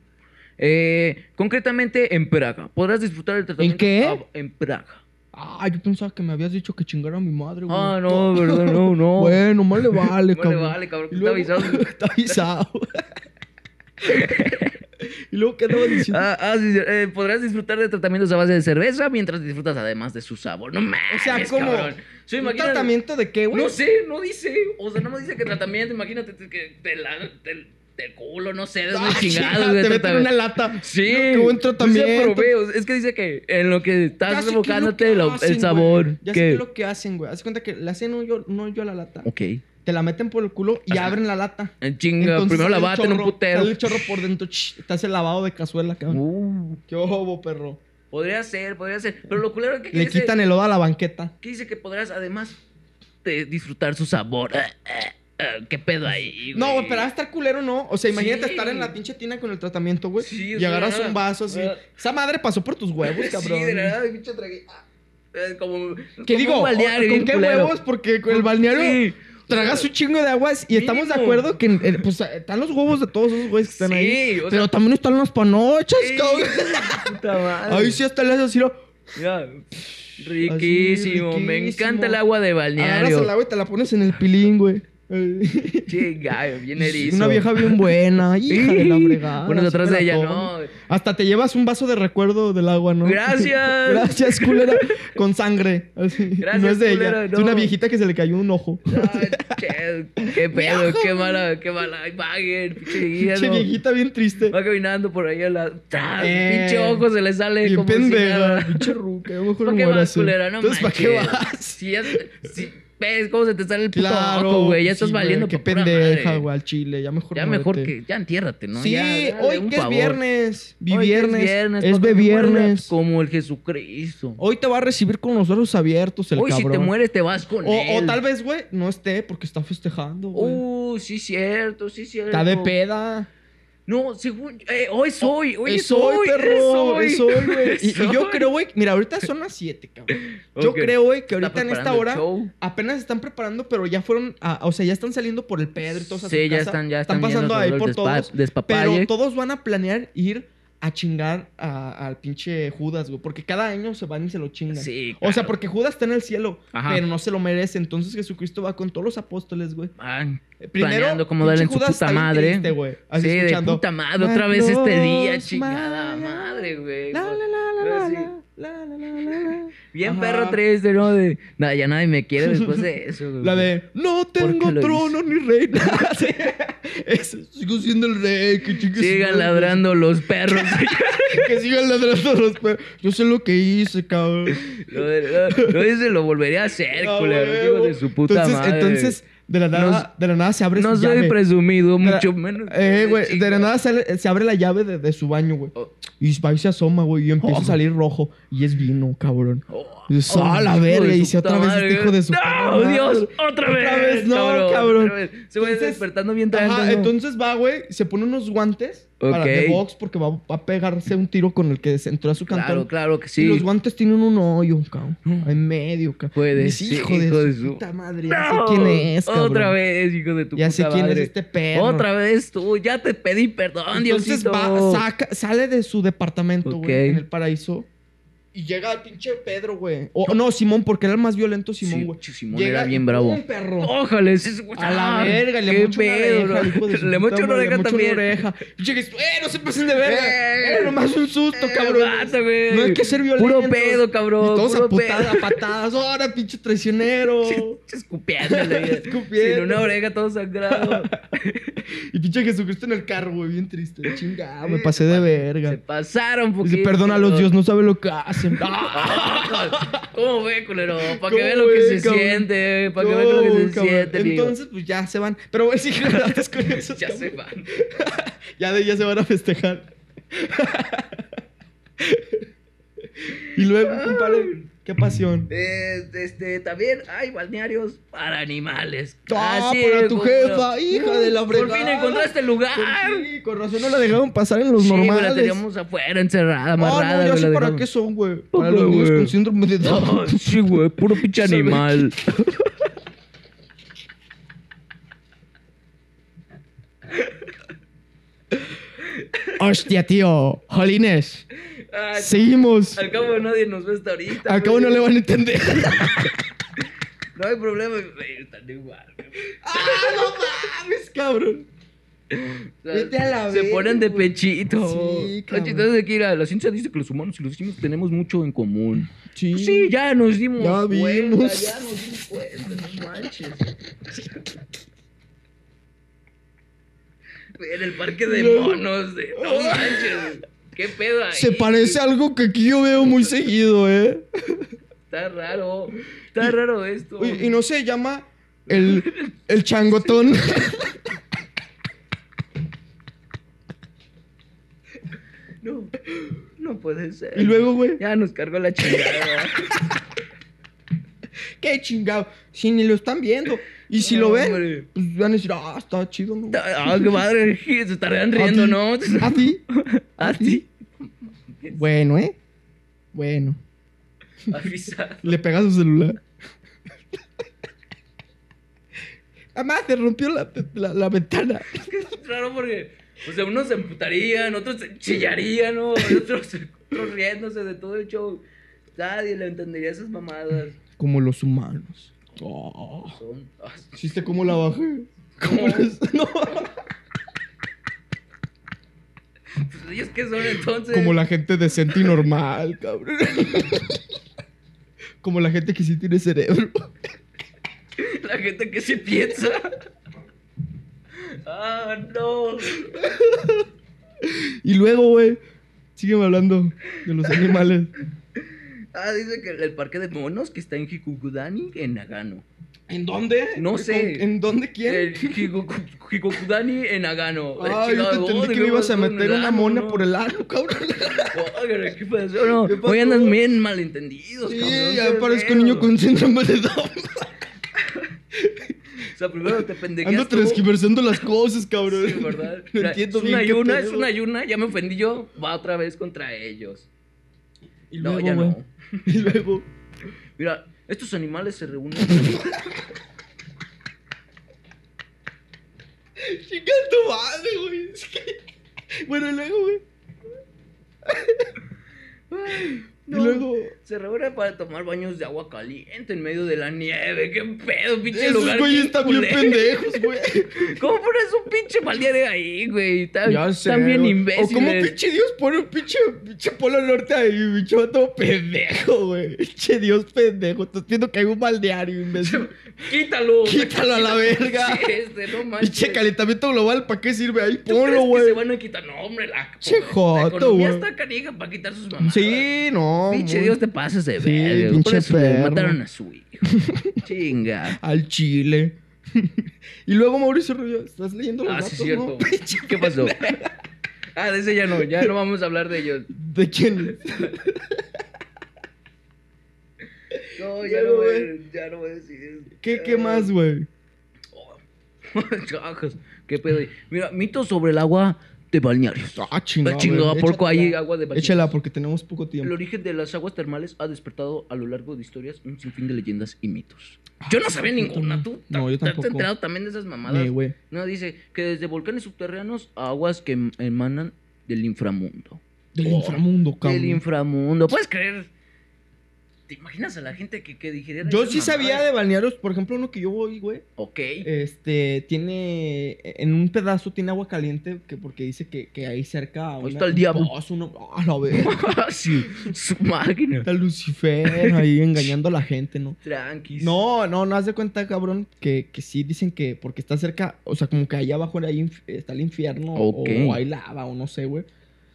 Speaker 1: Eh, concretamente en Praga, podrás disfrutar del tratamiento.
Speaker 2: qué?
Speaker 1: a- en Praga.
Speaker 2: Ah, yo pensaba que me habías dicho que chingara a mi madre, güey.
Speaker 1: Ah, no, verdad, no, no.
Speaker 2: Bueno, más le vale,
Speaker 1: No le
Speaker 2: cabrón.
Speaker 1: vale, cabrón,
Speaker 2: Y
Speaker 1: que está
Speaker 2: luego-
Speaker 1: avisado.
Speaker 2: está avisado. y luego, ¿qué andaba diciendo?
Speaker 1: Ah, ah, sí, sí, eh, podrás disfrutar de tratamientos a base de cerveza mientras disfrutas además de su sabor. No mames,
Speaker 2: o sea, como.
Speaker 1: cabrón. Sí,
Speaker 2: ¿Un
Speaker 1: imagínate-
Speaker 2: tratamiento de qué, güey?
Speaker 1: No sé, no dice. O sea, no me dice que tratamiento. Imagínate te- que te la. Te, te culo, no sé, de
Speaker 2: Ah,
Speaker 1: esos chingados,
Speaker 2: chinga,
Speaker 1: güey,
Speaker 2: Te meten
Speaker 1: tratamiento.
Speaker 2: una lata.
Speaker 1: Sí.
Speaker 2: Qué buen tratamiento.
Speaker 1: O sea, pero ve, o sea, es que dice que en lo que
Speaker 2: Ya
Speaker 1: estás
Speaker 2: sé qué es
Speaker 1: revocándote
Speaker 2: lo que
Speaker 1: lo-
Speaker 2: hacen,
Speaker 1: el sabor.
Speaker 2: güey. Ya sé qué es lo que hacen, güey. Haz de cuenta que le hacen un yo, no yo a la lata.
Speaker 1: Ok.
Speaker 2: Te la meten por el culo y
Speaker 1: Ajá.
Speaker 2: abren la lata.
Speaker 1: En chinga,
Speaker 2: Entonces,
Speaker 1: primero la
Speaker 2: el
Speaker 1: bata en un
Speaker 2: chorro-
Speaker 1: putero.
Speaker 2: Sale el chorro por dentro. ch, Te hace el lavado de cazuela, cabrón.
Speaker 1: Uh,
Speaker 2: Qué obo, perro.
Speaker 1: podría ser, podría ser. Pero lo culero es que.
Speaker 2: Le
Speaker 1: dice-
Speaker 2: quitan el odo a la banqueta.
Speaker 1: que dice que podrás además de disfrutar su sabor. ah, ¿Qué pedo ahí, güey?
Speaker 2: No, güey, pero va a estar culero, no. O sea, imagínate
Speaker 1: Sí.
Speaker 2: estar en la pinche tina con el tratamiento, güey.
Speaker 1: Sí, o
Speaker 2: y
Speaker 1: sea,
Speaker 2: agarras
Speaker 1: nada.
Speaker 2: un vaso así.
Speaker 1: Ah.
Speaker 2: Esa madre pasó por tus huevos, cabrón.
Speaker 1: Sí, de verdad, pinche tragué. Ah, eh, Como,
Speaker 2: ¿Qué
Speaker 1: como
Speaker 2: digo?
Speaker 1: un balneario,
Speaker 2: ¿Con
Speaker 1: bien
Speaker 2: qué
Speaker 1: culero.
Speaker 2: huevos? Porque con el balneario
Speaker 1: Sí.
Speaker 2: tragas un chingo de aguas y estamos de
Speaker 1: Mínimo.
Speaker 2: acuerdo que eh, pues, están los huevos de todos esos güeyes que están
Speaker 1: Sí,
Speaker 2: ahí.
Speaker 1: o sea-
Speaker 2: pero también están las panochas,
Speaker 1: Sí,
Speaker 2: cabrón.
Speaker 1: puta madre.
Speaker 2: Ahí sí hasta le haces así. lo-
Speaker 1: Ya, Riquísimo,
Speaker 2: Así,
Speaker 1: me
Speaker 2: riquísimo.
Speaker 1: encanta el agua de
Speaker 2: Agarras el
Speaker 1: balneario.
Speaker 2: agua y te la pones en el pilín, güey.
Speaker 1: Chinga, bien erizo.
Speaker 2: Una vieja bien buena, hija de la fregada.
Speaker 1: Pones
Speaker 2: así
Speaker 1: atrás
Speaker 2: me
Speaker 1: de
Speaker 2: la
Speaker 1: ella,
Speaker 2: tomo.
Speaker 1: no.
Speaker 2: Hasta te llevas un vaso de recuerdo del agua, ¿no?
Speaker 1: Gracias.
Speaker 2: Gracias, culera. Con sangre. así. Y no
Speaker 1: Gracias,
Speaker 2: es de
Speaker 1: culera,
Speaker 2: ella.
Speaker 1: no.
Speaker 2: Es una viejita que se le cayó un ojo.
Speaker 1: Ay, che, qué pedo, qué mala, qué mala. Ay, Bagger, pinche guía,
Speaker 2: Pinche
Speaker 1: no.
Speaker 2: viejita bien triste.
Speaker 1: Va caminando por ahí a la. ¡Tras!
Speaker 2: Eh,
Speaker 1: pinche ojo se le sale
Speaker 2: Bien
Speaker 1: como si
Speaker 2: pendeja.
Speaker 1: nada.
Speaker 2: Pinche ruca. A lo mejor
Speaker 1: ¿Para qué
Speaker 2: me muero
Speaker 1: vas,
Speaker 2: así.
Speaker 1: culera? No
Speaker 2: Entonces, ¿para qué
Speaker 1: manches.
Speaker 2: vas?
Speaker 1: Si ya. Si ves cómo se te sale el puto
Speaker 2: Claro. pues
Speaker 1: ojo, güey. Ya estás
Speaker 2: sí,
Speaker 1: valiendo
Speaker 2: Qué
Speaker 1: pa' pura
Speaker 2: pendeja,
Speaker 1: madre.
Speaker 2: güey. Al chile. Ya mejor
Speaker 1: Ya mejor
Speaker 2: muérete.
Speaker 1: que. Ya entiérrate, ¿no?
Speaker 2: Sí,
Speaker 1: Ya, dale
Speaker 2: hoy
Speaker 1: un
Speaker 2: que es
Speaker 1: favor.
Speaker 2: viernes. Vi
Speaker 1: Hoy que
Speaker 2: viernes.
Speaker 1: Es viernes.
Speaker 2: Es
Speaker 1: papá,
Speaker 2: de
Speaker 1: que mueras
Speaker 2: viernes.
Speaker 1: Como el Jesucristo.
Speaker 2: Hoy te va a recibir con los brazos abiertos el
Speaker 1: Hoy si
Speaker 2: cabrón.
Speaker 1: te mueres te vas con
Speaker 2: O,
Speaker 1: él.
Speaker 2: o tal vez, güey, no esté porque está festejando, güey.
Speaker 1: Uh, sí cierto, sí cierto.
Speaker 2: está de peda.
Speaker 1: No, según... eh, hoy es hoy, hoy
Speaker 2: es hoy, perro. Es hoy, güey. Y,
Speaker 1: Es
Speaker 2: y yo
Speaker 1: hoy.
Speaker 2: creo, güey, mira, ahorita son las 7, cabrón. Yo
Speaker 1: Ok.
Speaker 2: creo, güey, que
Speaker 1: Está
Speaker 2: ahorita en esta
Speaker 1: preparando el
Speaker 2: hora
Speaker 1: show.
Speaker 2: apenas están preparando, pero ya fueron, a- o sea, ya están saliendo por el Pedro y todos a su
Speaker 1: Sí, ya
Speaker 2: casa.
Speaker 1: están- ya
Speaker 2: están
Speaker 1: están
Speaker 2: pasando
Speaker 1: yendo a
Speaker 2: ahí
Speaker 1: los
Speaker 2: por
Speaker 1: despa-
Speaker 2: todos.
Speaker 1: despapalle.
Speaker 2: Pero todos van a planear ir a chingar a- al pinche Judas, güey, porque cada año se van y se lo chingan.
Speaker 1: Sí,
Speaker 2: O sea,
Speaker 1: claro.
Speaker 2: porque Judas está en el cielo,
Speaker 1: Ajá.
Speaker 2: pero no se lo merece. Entonces Jesucristo va con todos los apóstoles, güey.
Speaker 1: Van
Speaker 2: Eh,
Speaker 1: planeando cómo
Speaker 2: pinche
Speaker 1: darle en su
Speaker 2: Judas
Speaker 1: puta
Speaker 2: está bien
Speaker 1: madre.
Speaker 2: triste, güey. Así
Speaker 1: sí, de
Speaker 2: escuchando,
Speaker 1: puta madre, otra vez este día,
Speaker 2: "Manos,
Speaker 1: chingada
Speaker 2: Maya".
Speaker 1: madre, güey.
Speaker 2: La, la, la, la, la,
Speaker 1: Así.
Speaker 2: la, la, la, la, la.
Speaker 1: Bien
Speaker 2: Ajá.
Speaker 1: perro triste, ¿no? De, nada, ya nadie me quiere después de eso, güey.
Speaker 2: La de no tengo
Speaker 1: qué lo
Speaker 2: trono ni reina. Sí. Es, sigo siendo el rey. Que chingue su
Speaker 1: Sigan
Speaker 2: madre.
Speaker 1: ladrando los perros.
Speaker 2: Que sigan ladrando los perros. Yo sé lo que hice, cabrón.
Speaker 1: Lo, lo- lo dice, lo volvería a hacer,
Speaker 2: Ah,
Speaker 1: culero.
Speaker 2: huevo.
Speaker 1: Hijo de su puta
Speaker 2: entonces,
Speaker 1: madre.
Speaker 2: Entonces, de la nada,
Speaker 1: Nos-
Speaker 2: de la nada se abre
Speaker 1: no
Speaker 2: su
Speaker 1: soy
Speaker 2: llave.
Speaker 1: presumido,
Speaker 2: De la-
Speaker 1: mucho menos.
Speaker 2: Eh, güey, de la nada sale- se abre la llave de, de su baño, güey.
Speaker 1: Oh.
Speaker 2: Y va y se asoma, güey, y empieza a salir rojo. Y es vino, cabrón.
Speaker 1: Oh,
Speaker 2: Y dices, "Ah, la
Speaker 1: hijo de
Speaker 2: verga",
Speaker 1: su
Speaker 2: y dice,
Speaker 1: puta
Speaker 2: "Otra vez este hijo de su puta
Speaker 1: ¡No,
Speaker 2: madre".
Speaker 1: Dios! ¡Otra
Speaker 2: Otra
Speaker 1: vez!
Speaker 2: vez, no, cabrón.
Speaker 1: otra vez. Se va
Speaker 2: Entonces-
Speaker 1: despertando bien tarde.
Speaker 2: Ajá,
Speaker 1: ¿no?
Speaker 2: entonces va, güey, se pone unos guantes para
Speaker 1: Ok.
Speaker 2: de box porque va, va a pegarse un tiro con el que se entró a su cantón.
Speaker 1: Claro, claro que
Speaker 2: Y
Speaker 1: sí. Mm.
Speaker 2: los guantes tienen un hoyo, cabrón. En medio, cabrón.
Speaker 1: Puede
Speaker 2: Dices,
Speaker 1: ser,
Speaker 2: hijo de,
Speaker 1: hijo
Speaker 2: su
Speaker 1: de su-
Speaker 2: puta madre. Ya sé
Speaker 1: ¡No!
Speaker 2: quién es, cabrón.
Speaker 1: Otra vez, hijo de tu
Speaker 2: Ya
Speaker 1: puta
Speaker 2: sé quién es
Speaker 1: madre.
Speaker 2: este perro.
Speaker 1: Otra vez tú. Ya te pedí perdón,
Speaker 2: Entonces
Speaker 1: Diosito.
Speaker 2: va, saca, sale de su departamento, güey,
Speaker 1: Ok.
Speaker 2: en el paraíso. Y llega el pinche Pedro, güey. O, no, Simón, porque era el más violento Simón,
Speaker 1: Sí,
Speaker 2: güey.
Speaker 1: Simón
Speaker 2: Llega
Speaker 1: era
Speaker 2: y
Speaker 1: bien bravo.
Speaker 2: Un perro.
Speaker 1: Ojalá, sí, sí,
Speaker 2: A la
Speaker 1: ah,
Speaker 2: verga, le
Speaker 1: qué
Speaker 2: mocho una
Speaker 1: pedo,
Speaker 2: oreja.
Speaker 1: ¿no?
Speaker 2: hijo de su
Speaker 1: Le
Speaker 2: puta
Speaker 1: mocho una
Speaker 2: madre,
Speaker 1: oreja
Speaker 2: mocho
Speaker 1: también.
Speaker 2: Una oreja. Y llegues, ¡eh, no se pasen de verga!
Speaker 1: Eh,
Speaker 2: Era nomás un susto, cabrón.
Speaker 1: vato, güey.
Speaker 2: No hay que ser violentos.
Speaker 1: Puro pedo, cabrón,
Speaker 2: Y todos a
Speaker 1: puro
Speaker 2: putada-
Speaker 1: pedo.
Speaker 2: a patadas. ¡Ahora, pinche traicionero!
Speaker 1: Escupiéndole.
Speaker 2: Escupiendo.
Speaker 1: Sin una oreja todo sangrado.
Speaker 2: y pinche Jesucristo en el carro, güey, bien triste. Chingada, me pasé de verga.
Speaker 1: Eh, Se pasaron porque.
Speaker 2: Dice, perdona a los dios, no sabe lo que hacen. ¡Ah!
Speaker 1: ¿Cómo ve, culero? Para que
Speaker 2: ¿Cómo
Speaker 1: vea lo que
Speaker 2: ve,
Speaker 1: se
Speaker 2: cabrón?
Speaker 1: siente. Para que vea lo que
Speaker 2: No,
Speaker 1: se
Speaker 2: cabrón.
Speaker 1: siente, amigo.
Speaker 2: Entonces, pues ya se van. Pero güey, sí, gracias con eso.
Speaker 1: Ya se van.
Speaker 2: ya de ya se van a festejar. y luego, compadre, qué pasión.
Speaker 1: Eh, este, también hay balnearios para animales.
Speaker 2: Ah,
Speaker 1: Así
Speaker 2: para
Speaker 1: es,
Speaker 2: tu
Speaker 1: culero.
Speaker 2: jefa, hija de la
Speaker 1: Por
Speaker 2: fregada.
Speaker 1: fin encontraste el lugar.
Speaker 2: Por fin, con razón no la dejaron pasar en los
Speaker 1: Ah. Sí, güey,
Speaker 2: normales.
Speaker 1: la teníamos afuera, encerrada,
Speaker 2: Ah,
Speaker 1: amarrada.
Speaker 2: no, ya
Speaker 1: güey,
Speaker 2: sé
Speaker 1: la
Speaker 2: para
Speaker 1: dejamos.
Speaker 2: qué son, güey. Para
Speaker 1: Poco,
Speaker 2: los niños
Speaker 1: güey.
Speaker 2: con síndrome de Down.
Speaker 1: Ah, sí, güey, puro pinche
Speaker 2: Se ve
Speaker 1: animal.
Speaker 2: Hostia, tío. Jolines.
Speaker 1: Ay,
Speaker 2: Seguimos.
Speaker 1: Al cabo nadie nos ve hasta ahorita.
Speaker 2: Al cabo
Speaker 1: güey.
Speaker 2: no le van a entender.
Speaker 1: No hay problema, güey, están igual. güey.
Speaker 2: ¡Ah, no mames, cabrón!
Speaker 1: O sea,
Speaker 2: Vete a la
Speaker 1: Se
Speaker 2: verga,
Speaker 1: ponen de
Speaker 2: güey.
Speaker 1: pechito.
Speaker 2: Sí,
Speaker 1: Lo
Speaker 2: cabrón.
Speaker 1: chistoso es que mira, la ciencia dice que los humanos y los chinos tenemos mucho en común.
Speaker 2: Sí.
Speaker 1: Pues Sí, ya nos dimos
Speaker 2: Ya
Speaker 1: cuenta,
Speaker 2: vimos.
Speaker 1: ya nos dimos cuenta, no manches. En el parque de
Speaker 2: Luego-
Speaker 1: monos, de, no manches. ¿Qué pedo ahí?
Speaker 2: Se parece a algo que aquí yo veo muy seguido, ¿eh?
Speaker 1: Está raro. Está raro esto.
Speaker 2: Oye, y no se llama el, el changotón.
Speaker 1: No, no puede ser.
Speaker 2: y luego, güey,
Speaker 1: Ya nos cargó la chingada.
Speaker 2: qué chingado. Si ni lo están viendo. Y si lo ven,
Speaker 1: Hombre.
Speaker 2: pues van a decir, ah, está chido, ¿no?
Speaker 1: Ah, qué madre, se estarían riendo,
Speaker 2: ti?
Speaker 1: ¿no?
Speaker 2: ¿A ti?
Speaker 1: A ti.
Speaker 2: Bueno, ¿eh? Bueno.
Speaker 1: Avisa.
Speaker 2: Le pegas su celular. Mamá, se rompió la, la- la ventana.
Speaker 1: Es que es raro porque, o sea, unos se emputarían, otros se chillarían, ¿no? Y Otros, otros riéndose de todo el show. Nadie le entendería esas mamadas.
Speaker 2: Como los humanos. Oh.
Speaker 1: Son- ah,
Speaker 2: ¿Viste cómo la bajé? ¿Cómo les- no.
Speaker 1: pues, ¿Ellos qué son entonces?
Speaker 2: Como la gente decente y normal, cabrón. Como la gente que sí tiene cerebro.
Speaker 1: La gente que sí piensa. Ah, no.
Speaker 2: Y luego, güey, sígueme hablando de los animales.
Speaker 1: Ah, dice que el parque de monos que está en Hikukudani, en Nagano.
Speaker 2: ¿En dónde?
Speaker 1: No sé. Eh,
Speaker 2: ¿En dónde quién?
Speaker 1: El Hikuku- Hikukudani en Nagano.
Speaker 2: Ah, yo te entendí que le ibas a meter una mona por el ano, cabrón.
Speaker 1: Oigan, ¿qué pasó? No,
Speaker 2: ¿Qué pasó?
Speaker 1: Hoy andan bien malentendidos,
Speaker 2: Sí,
Speaker 1: cabrón.
Speaker 2: ya
Speaker 1: ¿qué
Speaker 2: parezco
Speaker 1: pedo?
Speaker 2: un niño con síndrome de Down.
Speaker 1: O sea, primero te pendejeas
Speaker 2: Ando
Speaker 1: tú.
Speaker 2: transgiversando las cosas, cabrón.
Speaker 1: Sí, ¿verdad?
Speaker 2: No
Speaker 1: Mira,
Speaker 2: entiendo
Speaker 1: es
Speaker 2: bien
Speaker 1: una
Speaker 2: qué
Speaker 1: ayuna,
Speaker 2: pedo.
Speaker 1: es una ayuna. Ya me ofendí yo. Va otra vez contra ellos.
Speaker 2: Y
Speaker 1: no,
Speaker 2: luego,
Speaker 1: ya
Speaker 2: güey,
Speaker 1: no.
Speaker 2: Y luego...
Speaker 1: Mira, estos animales se reúnen.
Speaker 2: Chica tu madre, güey. Es que- Bueno, y luego, güey.
Speaker 1: Ay,
Speaker 2: Y
Speaker 1: no.
Speaker 2: luego...
Speaker 1: Se reúnen para tomar baños de agua caliente en medio de la nieve. ¡Qué pedo, pinche
Speaker 2: Esos
Speaker 1: lugar!
Speaker 2: güeyes están bien
Speaker 1: culero.
Speaker 2: pendejos, güey.
Speaker 1: ¿Cómo pones un pinche balneario ahí, güey? Está-
Speaker 2: Ya sé,
Speaker 1: Están bien
Speaker 2: güey.
Speaker 1: imbéciles.
Speaker 2: O como pinche Dios pone un pinche, pinche polo norte ahí, pinche vato pendejo, güey. Pinche Dios pendejo. Estás viendo que hay un balneario, imbécil.
Speaker 1: Quítalo.
Speaker 2: Quítalo a la verga.
Speaker 1: Sí, Este, no manches.
Speaker 2: Pinche calentamiento global, ¿para qué sirve ahí?
Speaker 1: ¿Tú crees
Speaker 2: Ponlo,
Speaker 1: que se
Speaker 2: güey.
Speaker 1: van a quitar? No, hombre, la.
Speaker 2: Che joto,
Speaker 1: la economía
Speaker 2: güey.
Speaker 1: está canija para quitar sus mamás.
Speaker 2: Sí, no.
Speaker 1: Pinche
Speaker 2: muy-
Speaker 1: Dios te pases de
Speaker 2: Sí,
Speaker 1: verga. güey.
Speaker 2: pinche
Speaker 1: Por eso le
Speaker 2: perro.
Speaker 1: mataron a su hijo. Chinga.
Speaker 2: Al chile. y luego Mauricio Rubio, ¿estás leyendo los
Speaker 1: Ah,
Speaker 2: datos,
Speaker 1: sí, cierto.
Speaker 2: no? Pinche-
Speaker 1: ¿Qué pasó? Ah, de ese ya no, ya no vamos a hablar de ellos.
Speaker 2: ¿De quién? es?
Speaker 1: No,
Speaker 2: ya no voy a- Ah.
Speaker 1: ya no voy a decir.
Speaker 2: ¿Qué, qué más, güey?
Speaker 1: Chajos, qué pedo. Mira, mitos sobre el agua de balnearios.
Speaker 2: Ah, chingada.
Speaker 1: Ah, chingada,
Speaker 2: güey.
Speaker 1: porco, ahí
Speaker 2: Échatela.
Speaker 1: agua de baño.
Speaker 2: Échala porque tenemos poco
Speaker 1: El
Speaker 2: tiempo.
Speaker 1: origen de las aguas termales ha despertado a lo largo de historias un sinfín de leyendas y mitos. Yo no sabía ninguna, tú.
Speaker 2: No,
Speaker 1: ta-
Speaker 2: yo
Speaker 1: ta- ¿Te has
Speaker 2: tampoco.
Speaker 1: enterado también de esas mamadas?
Speaker 2: Eh, güey.
Speaker 1: no, dice que desde volcanes subterráneos a aguas que em- emanan del inframundo.
Speaker 2: Del
Speaker 1: Oh,
Speaker 2: inframundo, cabrón.
Speaker 1: Del inframundo. ¿Puedes creer? ¿Te imaginas a la gente que, que dijera
Speaker 2: Yo
Speaker 1: esas
Speaker 2: sí sabía de
Speaker 1: mamadas?
Speaker 2: balnearios, por ejemplo, uno que yo voy, güey.
Speaker 1: Ok.
Speaker 2: Este, tiene. En un pedazo tiene agua caliente que porque dice que, que ahí cerca. una-
Speaker 1: está el
Speaker 2: un
Speaker 1: diablo.
Speaker 2: boss, uno- ah, la verga.
Speaker 1: sí, su máquina.
Speaker 2: Está Lucifer ahí engañando a la gente, ¿no?
Speaker 1: Tranquis.
Speaker 2: No, no, no haz de cuenta, cabrón, que, que sí dicen que porque está cerca, o sea, como que allá abajo ahí inf- está el infierno
Speaker 1: Ok.
Speaker 2: o, hay lava o no sé, güey.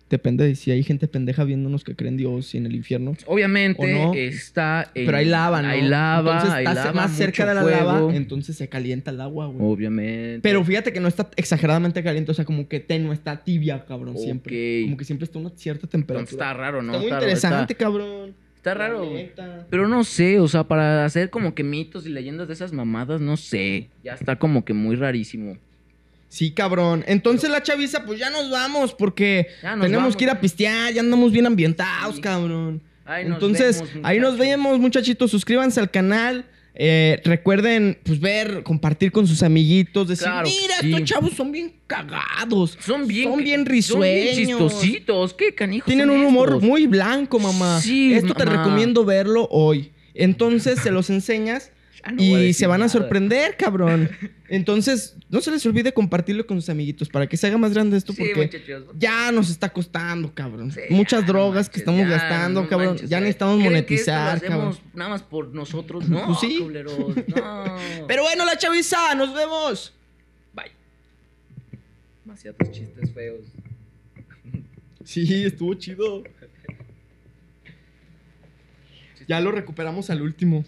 Speaker 2: Depende de si hay gente pendeja viéndonos que creen Dios y en el infierno.
Speaker 1: Obviamente
Speaker 2: ¿O no?
Speaker 1: está. en-
Speaker 2: Pero hay lava, ¿no?
Speaker 1: Hay lava,
Speaker 2: Entonces
Speaker 1: hay
Speaker 2: está ce-
Speaker 1: lava,
Speaker 2: más cerca de la
Speaker 1: mucho fuego.
Speaker 2: lava, entonces se calienta el agua, güey.
Speaker 1: Obviamente.
Speaker 2: Pero fíjate que no está exageradamente caliente, o sea, como que te, no está tibia, cabrón, siempre.
Speaker 1: Ok.
Speaker 2: Como que siempre está a una cierta
Speaker 1: Entonces está
Speaker 2: temperatura.
Speaker 1: raro, ¿no?
Speaker 2: está muy
Speaker 1: raro,
Speaker 2: interesante, cabrón.
Speaker 1: Está, está raro.
Speaker 2: La
Speaker 1: güey.
Speaker 2: neta.
Speaker 1: Pero no sé, o sea, para hacer como que mitos y leyendas de esas mamadas, no sé. Ya está como que muy rarísimo.
Speaker 2: Sí, cabrón. Entonces la chaviza, pues ya nos vamos porque
Speaker 1: Ya Ah, nos
Speaker 2: tenemos
Speaker 1: vamos.
Speaker 2: que ir a pistear, ya andamos bien ambientados,
Speaker 1: Sí.
Speaker 2: cabrón.
Speaker 1: Ahí nos
Speaker 2: Entonces,
Speaker 1: vemos,
Speaker 2: ahí nos
Speaker 1: muchachos.
Speaker 2: vemos, muchachitos. Suscríbanse al canal. Eh, recuerden, pues, ver, compartir con sus amiguitos. Decir,
Speaker 1: Claro que
Speaker 2: mira,
Speaker 1: sí.
Speaker 2: estos chavos son bien cagados.
Speaker 1: Son bien,
Speaker 2: Son bien
Speaker 1: son bien
Speaker 2: risueños.
Speaker 1: chistositos. ¿Qué canijos?
Speaker 2: Tienen
Speaker 1: son
Speaker 2: un humor
Speaker 1: estos?
Speaker 2: muy blanco, mamá.
Speaker 1: Sí,
Speaker 2: Esto te
Speaker 1: mamá.
Speaker 2: recomiendo verlo hoy. Entonces, se los enseñas
Speaker 1: Ya Ah, no voy a
Speaker 2: y
Speaker 1: decir
Speaker 2: se van a
Speaker 1: nada.
Speaker 2: sorprender, cabrón. Entonces, no se les olvide compartirlo con sus amiguitos para que se haga más grande esto
Speaker 1: Sí,
Speaker 2: porque
Speaker 1: muchachos.
Speaker 2: ya nos está costando, cabrón.
Speaker 1: Sí,
Speaker 2: Muchas
Speaker 1: ya,
Speaker 2: drogas
Speaker 1: no manches,
Speaker 2: que estamos
Speaker 1: ya,
Speaker 2: gastando,
Speaker 1: no
Speaker 2: cabrón.
Speaker 1: manches,
Speaker 2: ya
Speaker 1: güey.
Speaker 2: necesitamos
Speaker 1: ¿Creen que esto lo
Speaker 2: monetizar, cabrón.
Speaker 1: hacemos Nada más por nosotros, no,
Speaker 2: Pues sí.
Speaker 1: culeros, no.
Speaker 2: Pero bueno, la chaviza, nos vemos.
Speaker 1: Bye. Demasiados chistes feos.
Speaker 2: Sí, estuvo chido. Ya lo recuperamos al último.